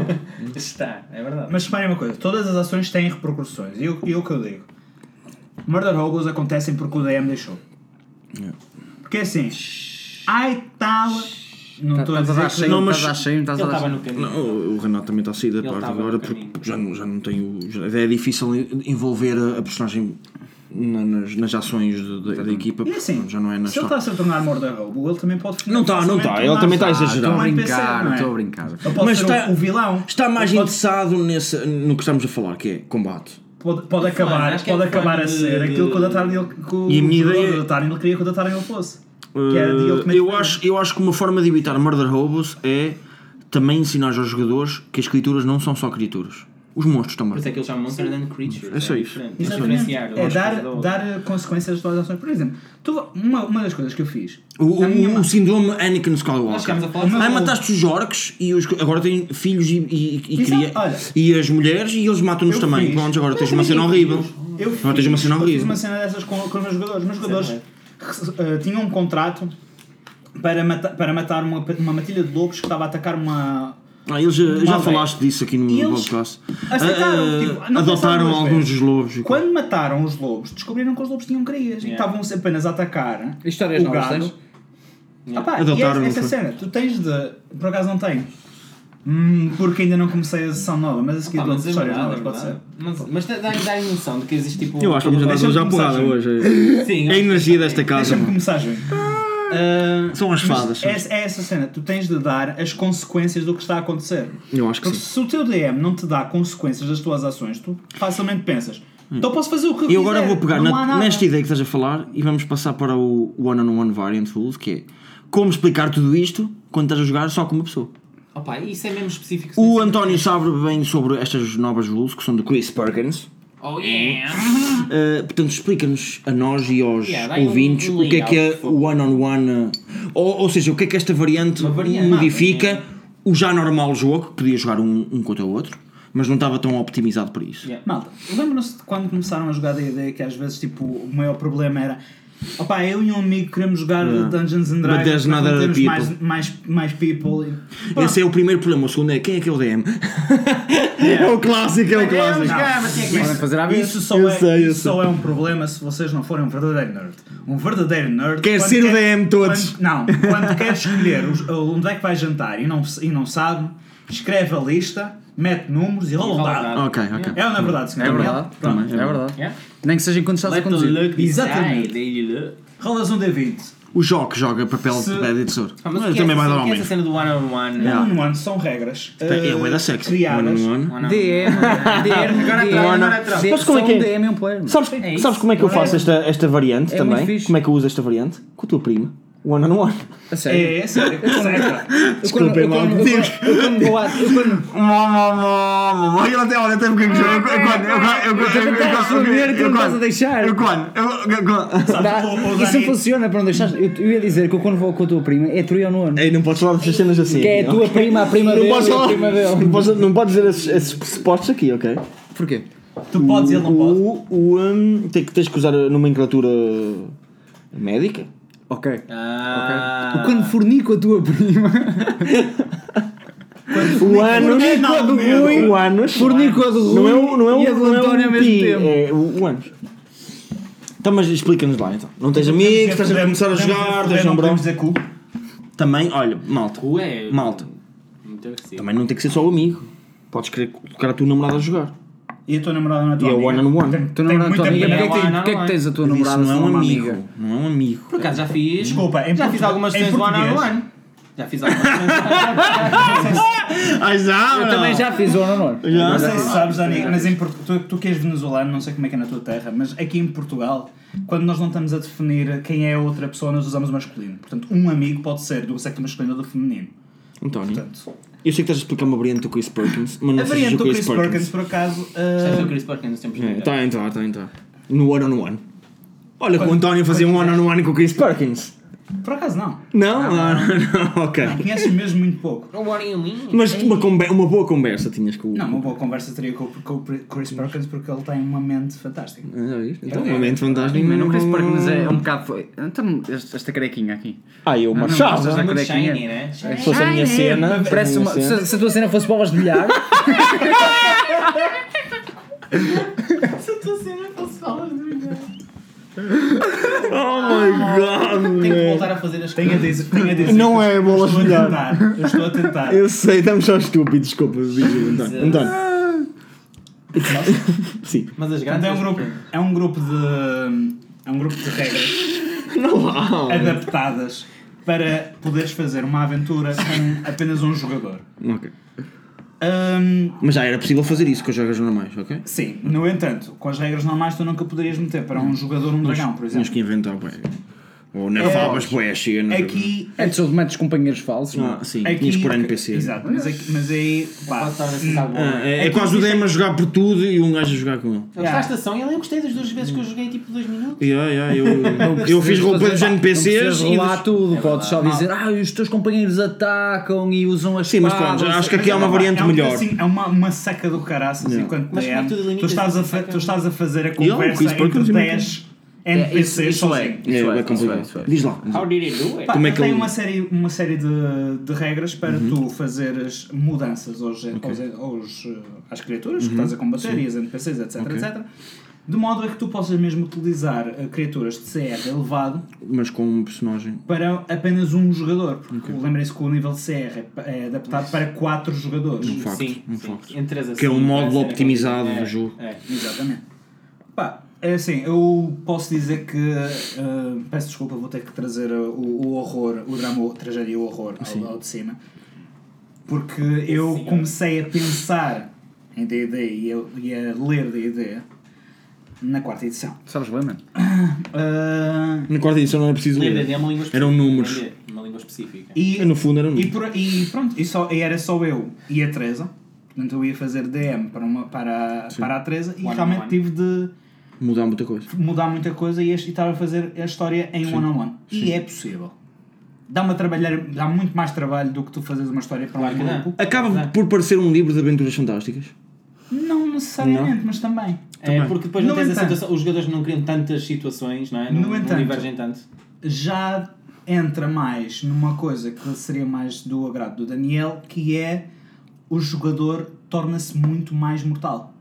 S3: [laughs] Está, é verdade.
S4: Mas reparem uma coisa, todas as ações têm repercussões. E o e o que eu digo? Murder Hobos acontecem porque o DM deixou. Porque assim, ai tal. Não estou a
S5: Estás tá a
S4: dizer
S5: dar
S4: que-
S5: cheio,
S2: não, mas-
S5: estás a dar cheio, estás
S3: Ele
S5: a dar
S3: estava
S5: cheio.
S3: no caminho.
S2: Não, o- o Renato também está a sair da parte
S3: estava
S2: agora
S3: no
S2: porque
S3: caminho.
S2: já, não- já não tenho. já- é difícil envolver a, a personagem na- nas, nas ações de- de- da equipa.
S4: E assim,
S2: porque já não é na
S4: se ele
S2: história.
S4: está a se tornar Murder Hobo, ele também pode.
S2: Não está, não está, ele também tá está a exagerar.
S5: Estou a
S4: Não é
S5: brincar,
S4: PC, não é?
S5: estou a brincar.
S4: Ele pode
S2: Mas tá-
S4: ser
S2: está-
S4: o, o vilão.
S2: Está mais
S4: Ele pode-
S2: interessado nesse, no que estamos a falar, que é combate.
S4: Pode, pode acabar,
S3: acho que é
S4: pode
S3: um fã
S4: acabar a
S3: de-
S4: ser aquilo que o Datarnil que o
S2: E a minha
S4: jogador
S2: ideia-
S4: do Datarnil queria que o Datarnil fosse. Que era de
S2: Eh,
S4: Ultimate
S2: eu,
S4: Fighter.
S2: acho, eu acho que uma forma de evitar murder hobos é também ensinar aos jogadores que as criaturas não são só criaturas. Os monstros
S3: Por
S2: também.
S3: isso é que eles chamam Monster and Creatures.
S2: É só
S3: é
S2: isso.
S3: diferente. É
S4: Exatamente.
S3: diferenciar.
S4: É
S3: uma
S4: dar,
S3: coisa da outra.
S4: dar eh, consequências às tuas ações. Por exemplo, tu- uma, uma das coisas que eu fiz.
S2: O,
S4: na minha
S2: o,
S4: mão-
S2: o síndrome Anakin
S3: Nós
S2: Skywalker.
S3: chegámos a falar
S2: Aí
S3: sobre-
S2: mataste os orcs e os, agora têm filhos e, e, e,
S4: Exato,
S2: cria-
S4: olha.
S2: e as mulheres e eles matam-nos
S4: Eu
S2: também.
S4: fiz.
S2: Pronto, agora tens uma cena horrível.
S4: eu fiz,
S2: Não tens uma cena
S4: eu fiz
S2: horrível.
S4: uma cena dessas com, com os meus jogadores. Os meus
S3: é
S4: jogadores eh, tinham um contrato para, mata- para matar uma, uma matilha de lobos que estava a atacar uma.
S2: Ah, eles, eh, já
S4: Mal bem.
S2: falaste disso aqui no
S4: E eles
S2: podcast.
S4: aceitaram,
S2: Ah,
S4: tipo, não pensaram
S2: adotaram
S4: duas
S2: alguns
S4: vezes.
S2: dos lobos. e
S4: Quando mataram os lobos, descobriram que os lobos tinham crias e que estavam-se apenas a atacar
S5: Histórias
S4: o
S5: novas,
S4: gado.
S5: tens?
S4: Ah pá, e
S2: Adotaram,
S4: essa,
S2: não
S4: essa
S2: foi?
S4: cena, tu tens de. Por acaso não tenho. Hum, porque ainda não comecei a sessão nova, mas a seguir
S3: Pá,
S4: dou
S3: mas é
S4: histórias
S3: verdade, é
S4: novas, pode ser.
S3: verdade. Mas- Mas dá- dá dá a noção de que existe tipo.
S2: Eu acho que vamos
S4: Deixa-me
S2: andar já
S4: começar,
S2: porrada
S4: Júlio.
S2: hoje. [laughs]
S3: Sim,
S2: É a energia desta casa.
S4: Deixa-me
S2: mano.
S4: começar, Júlio.
S2: São as fadas.
S4: É, é essa cena, tu tens de dar as consequências do que está a acontecer.
S2: Eu acho que
S4: Porque
S2: sim.
S4: se o teu DM não te dá consequências das tuas ações, tu facilmente pensas, então posso fazer o que eu
S2: E Hum. agora
S4: quiser,
S2: vou pegar
S4: não
S2: na-
S4: há nada."
S2: nesta ideia que estás a falar e vamos passar para o one-on-one variant rules, que é como explicar tudo isto quando estás a jogar só com uma pessoa.
S3: Opa, isso é mesmo específico.
S2: O António sabe bem sobre estas novas rules, que são do Chris Perkins.
S3: Oh yeah!
S2: Uh, portanto, explica-nos a nós e aos
S3: Yeah, dá aí um-
S2: ouvintes
S3: um
S2: o que é que é
S3: layout,
S2: o one-on-one, uh, ou, ou seja, o que é que esta variante,
S3: variante.
S2: modifica o já normal jogo, que podia jogar um, um contra o outro, mas não estava tão optimizado para isso.
S3: Yeah.
S4: Malta, lembram-se de quando começaram a jogar D&D que às vezes tipo, o maior problema era opá, eu e um amigo queremos jogar Dungeons and
S2: But there's
S4: Dragons, mas
S2: not
S4: não
S2: other
S4: temos mais,
S2: people."
S4: mais, mais people. E, pá,
S2: Esse é o primeiro problema, o segundo é quem é que é o
S3: [laughs]
S2: DM? [laughs] é o clássico, é o clássico.
S5: Podem fazer à vez.
S4: Isso só,
S2: Eu
S4: é,
S2: sei, eu
S4: isso só é um problema se vocês não forem um verdadeiro nerd. Um verdadeiro nerd.
S2: Quer
S4: quando
S2: ser o DM todos.
S4: é quando- não, quando quer escolher os- onde é que vai jantar e não, e não sabe, escreve a lista, mete números e rola um
S3: rola um
S4: dado.
S3: dado.
S6: Ok, ok.
S4: É ou não é verdade, senhor?
S5: É
S4: Daniel?
S5: verdade,
S4: Pronto.
S5: também, é verdade.
S3: Yeah?
S5: Nem que seja enquanto estás a conduzir.
S3: look decide,
S4: Exatamente.
S3: daily look.
S4: Rolas um D20.
S6: O jogo joga papel
S4: Se-
S6: de pedra e tesouro.
S3: Ah, mas
S6: Mas
S3: que
S6: também
S3: é
S6: vai
S3: essa-
S6: dar ao
S3: que é essa
S6: mesmo.
S3: cena do one on one?
S4: Não, no ano são regras.
S6: É
S4: eh,
S6: o da sexo.
S4: Criadas.
S6: One on one.
S3: One on
S5: DM, DM,
S3: Agora
S5: DM,
S3: atrás, agora atrás.
S5: DM,
S2: Mas como é
S5: só
S2: que é?
S5: um DM é um player. mano.
S2: Sabes,
S3: isso.
S2: sabes como é que eu faço esta, esta variante
S5: É muito
S2: também?
S5: fixe.
S2: Como é que eu uso esta variante? Com a tua prima. One on one.
S5: A sério.
S4: É, é sério. é sério.
S5: Eu quando- eu quando- eu quando- eu quando vou à- eu quando-
S6: Mó, mó, mó, mó, mó. Ele até olha, até porque eu quando. Eu quando. Eu quando. Eu quando.
S5: Eu
S6: Eu
S5: tentar responder que não estás a deixar.
S6: Eu quando. Eu eu quando.
S5: Dá-
S4: o- o
S5: Isso
S4: Dani-
S5: funciona para não deixar. Eu, eu ia dizer que eu quando vou com a tua prima é trio no ano.
S2: Ei, não podes falar dessas cenas assim.
S5: Que é a tua prima, a prima
S2: Não
S5: dele,
S2: podes,
S5: e a
S2: falar,
S5: prima dele.
S2: não, podes, não podes dizer esses, esses spots aqui, ok?
S5: Porquê?
S4: Tu podes e ele não pode.
S2: O, o, hum, tem que, tens que usar a nomenclatura médica.
S5: Ok.
S3: Ah.
S5: Eu quando fornico a tua prima,
S2: O ano.
S4: não, meu.
S2: O ano. é
S5: fornico a do Rui
S2: Não é o, não é o,
S5: e a do
S2: não é o
S5: António ao mesmo
S2: pi,
S5: tempo.
S2: É o, o anos. Então, mas explica-nos lá então. Não tens
S4: Podemos dizer
S2: amigos, estás a
S4: podemos-
S2: começar a
S4: podemos
S2: jogar,
S4: dizer
S2: tens
S4: não
S2: um bro.
S4: podemos dizer cu.
S2: Também, olha, malta.
S3: Cu é-
S2: Malta.
S3: Muito agressivo.
S2: Também não tem que ser só o amigo. Podes querer colocar a tua namorada a jogar.
S4: E a tua namorada não é tua
S2: E é
S4: amiga.
S2: one on one.
S4: Tem-
S5: Tu
S4: tem
S5: namorada a
S4: muita
S5: tua amiga,
S4: mulher.
S5: porquê que,
S3: Não,
S5: tens-
S3: não,
S5: porquê que
S3: não.
S5: tens a tua
S2: Mas isso
S5: namorada se
S2: não é um
S5: amiga?
S2: amigo. Não é um amigo.
S3: Por acaso já fiz.
S4: Desculpa, em
S3: já
S4: portu-
S3: fiz algumas
S4: em
S3: sessões do one on
S4: português.
S3: one. Já fiz algumas sessões.
S2: [laughs] Ah, já!
S5: Eu também já fiz o honor.
S4: Não sei se sabes, Dani, mas em Portu- tu, tu que és venezuelano, não sei como é que é na tua terra, mas aqui em Portugal, quando nós não estamos a definir quem é a outra pessoa, nós usamos o masculino. Portanto, um amigo pode ser do sexo masculino ou do feminino.
S2: António,
S4: Portanto,
S2: eu sei que estás a explicar uma variante do Chris Perkins, mas
S4: a
S2: não sei
S4: variante
S2: se
S4: do
S2: o Chris
S4: Chris Perkins,
S2: Perkins.
S4: por acaso, uh,
S3: Sabes o Chris Perkins nos tempos de
S2: É,
S3: vida?
S2: Está a entrar, está a entrar. No one on one. Olha, que o António fazia um one on one com o Chris Perkins.
S4: por acaso não.
S2: Não? Ah, não, ok.
S4: Conheces mesmo muito pouco.
S3: Não worry on me.
S2: Mas uma, conver- uma boa conversa tinhas com o.
S4: Não, uma boa conversa teria com, o- com o Chris Perkins porque ele tem uma mente fantástica.
S2: Ah, já viste? Então, uma mente fantástica.
S5: Mas é. não queres para mas é um bocado. foi- Então, este- esta carequinha aqui.
S2: Ah, eu
S5: não
S2: marchava.
S5: gostas da
S2: Se
S5: cor-
S3: Muito
S5: Onde é que é?
S3: shiny, né? Shiny.
S2: fosse a minha
S5: Ai, né?
S2: cena. se
S5: Parece
S2: fosse a minha
S5: uma,
S2: cena-
S5: se, se a tua cena fosse bolas de bilhar. [laughs]
S2: Oh
S5: Ah,
S2: my god!
S4: É.
S3: Tenho que voltar a fazer as
S4: Tenho a dizer, tenho a dizer.
S2: Não é
S4: eu
S2: bolas
S4: estou
S2: de
S4: a
S2: bilhar.
S4: tentar. Eu estou a tentar.
S2: Eu sei, estamos só estúpidos, desculpa. diz-me, António. António. Sim.
S3: Mas as
S4: Portanto,
S3: grandes.
S4: é um grupo, é um grupo de é um grupo de regras
S2: Não há.
S4: adaptadas para poderes fazer uma aventura com apenas um jogador.
S2: Ok.
S4: Hum,
S2: Mas já era possível fazer isso com os jogos normais, ok?
S4: sim, no entanto, com as regras normais tu nunca poderias meter para um jogador um dragão,
S5: é.
S4: por
S2: Tínhamos
S4: exemplo.
S2: que inventar, pá. Ou nerfavas, pá, chega. não-
S4: Aqui,
S5: É de metes companheiros falsos. não é?
S2: Ah, sim, tinhas
S4: aqui,
S2: que pôr NPC.
S4: Exato, mas, aqui, mas aí pá,
S3: Pode estar a sentar bola.
S2: Ah, é, é quase o DM a jogar por tudo e um gajo a jogar com ele.
S3: Eu gostaste da ação e eu gostei das duas vezes que eu joguei tipo 2 minutos.
S2: Yeah, yeah, eu, eu fiz roupa dos NPCs e.
S5: lá
S2: dos-
S5: tudo, podes só dizer, ah, os teus companheiros atacam e usam as
S2: Sim, mas pronto, já acho que aqui há uma variante
S4: é um
S2: melhor.
S4: bocadinho- é uma, uma seca do caraças
S2: Yeah.
S4: enquanto
S3: Mas como é que tu
S4: DM. Tu
S3: delimitas
S4: estás, a
S3: essa
S4: fa-
S3: seca?
S4: tu estás a fazer a
S2: Yeah,
S4: conversa
S2: Chris Perkins
S4: entre
S2: e muito-
S4: 10
S5: É, isso-
S4: NPCs
S5: isso é.
S4: sozinho.
S6: Isso
S2: É,
S6: é,
S2: é
S6: isso é, isso é.
S2: complicado. Diz lá.
S3: How did it do it?
S4: Pá,
S2: Como é que Uhum.
S4: tem
S2: ele-
S4: uma série, uma série de, de regras para tu fazeres mudanças aos, aos, aos, eh, às criaturas
S2: Uhum.
S4: que estás a combater e as NPCs, etc, etc. De modo a que tu possas mesmo utilizar eh, criaturas de CR elevado
S2: Mas com um personagem.
S4: para apenas um jogador. Porque lembrem-se que o nível de CR é pa- é adaptado para 4 jogadores.
S2: Um facto,
S3: Sim,
S2: um
S3: sim.
S2: facto.
S3: Entras assim,
S2: Que é um modo
S3: parece-
S2: optimizado
S3: é,
S2: do jogo.
S3: É.
S4: Exatamente. Pá, é assim, eu posso dizer que. eh, peço desculpa, vou ter que trazer o, o horror, o drama, a tragédia e o horror ao, ao de cima. Porque eu comecei a pensar em DD e, eu- e a ler DD na quarta edição. [coughs]
S5: Sabes bem, mano?
S4: Ah,
S2: Na quarta edição não era preciso
S3: Lembra,
S2: ler.
S3: é uma língua específica.
S2: Eram números.
S3: Lembra, Uma língua específica.
S4: e,
S2: No fundo eram
S4: e,
S2: números.
S4: por- e pronto, e, só, e era só eu e a Teresa. Portanto, eu ia fazer DM para, uma, para, para a Teresa e
S3: One on
S4: realmente
S3: one.
S4: tive de.
S2: Mudar muita coisa.
S4: mudar muita coisa e este- e estar a fazer a história em one-on-one. E é possível. Dá-me a trabalhar, dá muito mais trabalho do que tu fazes uma história para
S3: Claro
S4: um
S3: que dá.
S4: grupo.
S2: Acaba por parecer um livro de aventuras fantásticas.
S4: Não necessariamente, mas também.
S3: É, porque depois não
S4: No
S3: tens a
S4: entanto-
S3: situação. Os jogadores não criam tantas situações, não é? Não,
S4: No
S3: não
S4: entanto-
S3: divergem tanto.
S4: Já entra mais numa coisa que seria mais do agrado do Daniel, que é o jogador torna-se muito mais mortal.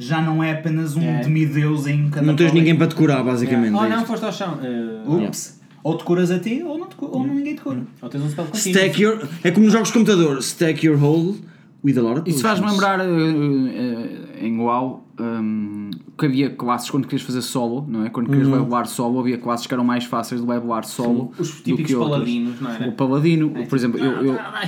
S4: Já não é apenas um
S3: É.
S4: demideus em cada
S2: Não tens
S4: prova.
S2: ninguém para te curar, basicamente.
S3: Oh
S2: é
S3: não,
S2: isto.
S3: foste ao chão. Eh,
S4: Ups. Ou te curas a ti ou, não te cu- ou ninguém te cura.
S3: ou tens um spell contigo.
S2: Stack your. É como nos jogos de computador. Stack your hole
S6: With a lot of
S5: Isso faz-me
S6: potions.
S5: lembrar eh, eh, em WoW ehm, que havia classes quando querias fazer solo, não é? Quando querias levelar solo, havia classes que eram mais fáceis de levelar solo.
S3: Os
S5: do
S3: típicos
S5: que outras.
S3: paladinos, não é? era?
S5: O paladino, por exemplo, eu.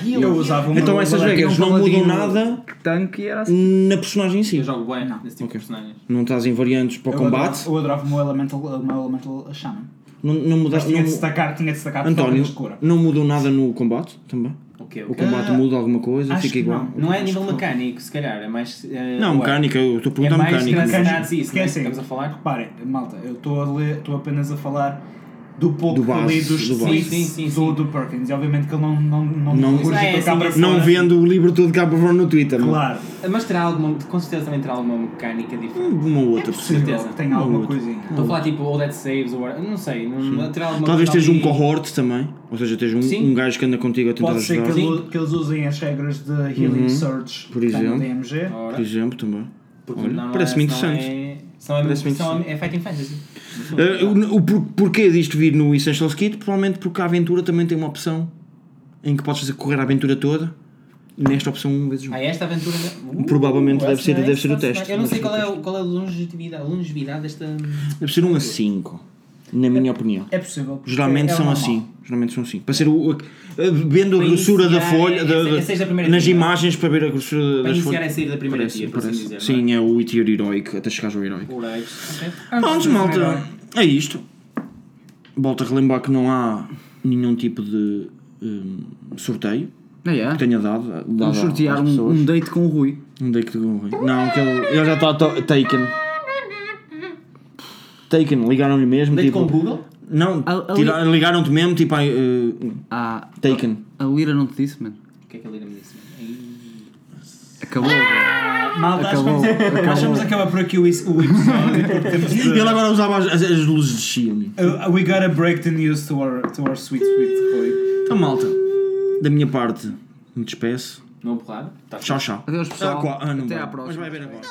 S5: eu
S4: Eu usava uma
S2: Então essas
S4: uma-
S2: regras não mudam nada
S5: tanque e era assim.
S2: na personagem em si.
S3: Eu jogo bem nesse tipo de personagens.
S2: Não estás em variantes para o
S4: Eu
S2: combate,
S4: adorava- Eu adorava o meu Elemental, o meu elemental Shaman.
S2: não, não
S4: Mas
S2: mudaste.
S4: tinha de
S2: Não,
S4: destacar, tinha de destacar
S2: António,
S4: de cura.
S2: não mudou nada no combate também?
S3: O quê?
S2: O combate muda alguma coisa?
S4: acho
S2: Fica
S4: que
S2: igual?
S4: não.
S3: Ah, Não é a nível mecânico, se calhar, é mais. eh,
S2: Não,
S3: ué,
S2: mecânica, eu estou a
S3: É
S2: perguntar
S3: mais
S2: mecânica.
S3: grande-
S2: mas-
S3: Verdade, sim, isso,
S4: Porque
S3: não é?
S4: assim,
S3: Estamos a falar?
S4: Reparem, malta, eu estou a ler- estou apenas a falar do pouco
S2: Do base,
S4: ali dos
S2: do
S3: base.
S4: sim, assim,
S3: Sim, sim, sim,
S4: do,
S3: sim.
S4: do Perkins. E obviamente que ele não não não,
S2: Não-
S4: não,
S3: É, sim, sim.
S2: Não vendo o livro todo cá para fora no Twitter, não.
S4: Claro,
S3: Mas terá alguma. Com certeza também terá alguma mecânica diferente.
S2: Uma ou outra.
S3: É possível. certeza.
S4: certeza. tem alguma
S2: Muito.
S4: coisinha.
S3: Estou a falar tipo All Dead Saves ou. whatever, Não sei, não, terá alguma
S2: Talvez
S3: coisa
S2: esteja um
S3: ali-
S2: cohort também, ou seja, esteja
S3: Sim.
S2: um, um gajo que anda contigo a tentar
S4: Pode ser
S2: ajudar,
S4: que,
S3: Sim.
S4: ele- que eles usem as regras de Healing Surge
S2: Uhum. Por
S4: que tem
S2: exemplo.
S4: no DMG.
S3: Ora,
S2: por exemplo, também.
S3: porque
S2: Olha,
S3: não é-
S2: parece-me
S3: senão
S2: interessante.
S3: É, são,
S2: Parece-me
S3: são, é Fighting Fantasy.
S2: Eh, o, o por- porquê disto vir no Essentials Kit? Provavelmente porque a aventura também tem uma opção em que podes fazer correr a aventura toda nesta opção um vezes um.
S3: Ah, esta aventura. Uh,
S2: Provavelmente deve
S3: that's
S2: ser- deve ser o
S3: that's
S2: teste.
S3: nice. Eu não
S2: Deve
S3: sei
S2: ser o
S3: qual é, o- qual é a longevidade, a longevidade desta.
S2: Deve ser um a 5, na minha opinião.
S4: É possível. porque
S2: Geralmente
S4: é
S2: são
S4: normal.
S2: assim. Geralmente são assim. Para ser o. a- a- Vendo a grossura da
S3: iniciar,
S2: folha.
S3: é-
S2: da-
S3: é-
S2: da-
S3: essa é a primeira
S2: nas
S3: tira.
S2: imagens para ver a grossura
S3: Para
S2: das
S3: iniciar
S2: folhas.
S3: é sair da primeira
S2: Parece,
S3: tia, por assim
S2: parece.
S3: dizer.
S2: Sim, é o Itier heroico até chegares ao heróico.
S3: Não é? Orais, ok.
S2: Pronto, malta. É isto. Volto a relembrar que não há nenhum tipo de hum, sorteio
S5: Ah, yeah.
S2: que tenha dado. dado às
S5: Vamos sortear um,
S2: pessoas.
S5: um date com o Rui.
S2: Um date de Gurri. Não, que ele, ele já está to- taken. Taken, ligaram-lhe mesmo.
S3: Deito
S2: tipo,
S3: com o Google?
S2: Não,
S5: A- a-
S2: tira- ligaram-te mesmo, tipo, ai, eh,
S5: Ah,
S2: taken.
S5: a Lira não te disse, mano.
S3: O que é que a Lira me disse? Aí-
S5: Acabou. velho.
S4: Malta, acho que vamos-
S5: Acabou, acabou.
S4: acho que vamos acabar por aqui o, is- o episódio. porque temos [laughs] de-
S2: Ele agora usava as, as- as luzes de Xiaomi.
S4: Uh, we gotta break the news to our, to our sweet, sweet colleague.
S2: Então, malta, da minha parte, me despeço.
S3: Não porrada? Tá
S2: Tchau, tchau.
S5: Adeus, pessoal.
S2: Ah, qua- ah, não
S5: Até
S2: vai.
S5: à próxima.
S2: Mas vai ver agora.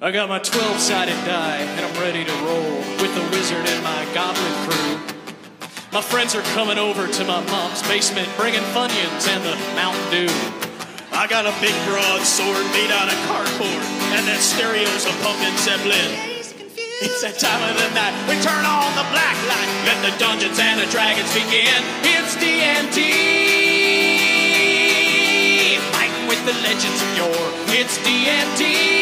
S1: I got my 12 sided die and I'm ready to roll with the wizard and my goblin crew. My friends are coming over to my mom's basement bringing Funyuns and the Mountain Dew. I got a big broadsword made out of cardboard and that stereo's a pumpkin zeppelin. It's that time of the night. We turn on the black light. Let the dungeons and the dragons begin. It's D&D. Fighting with the legends of yore. It's D&D.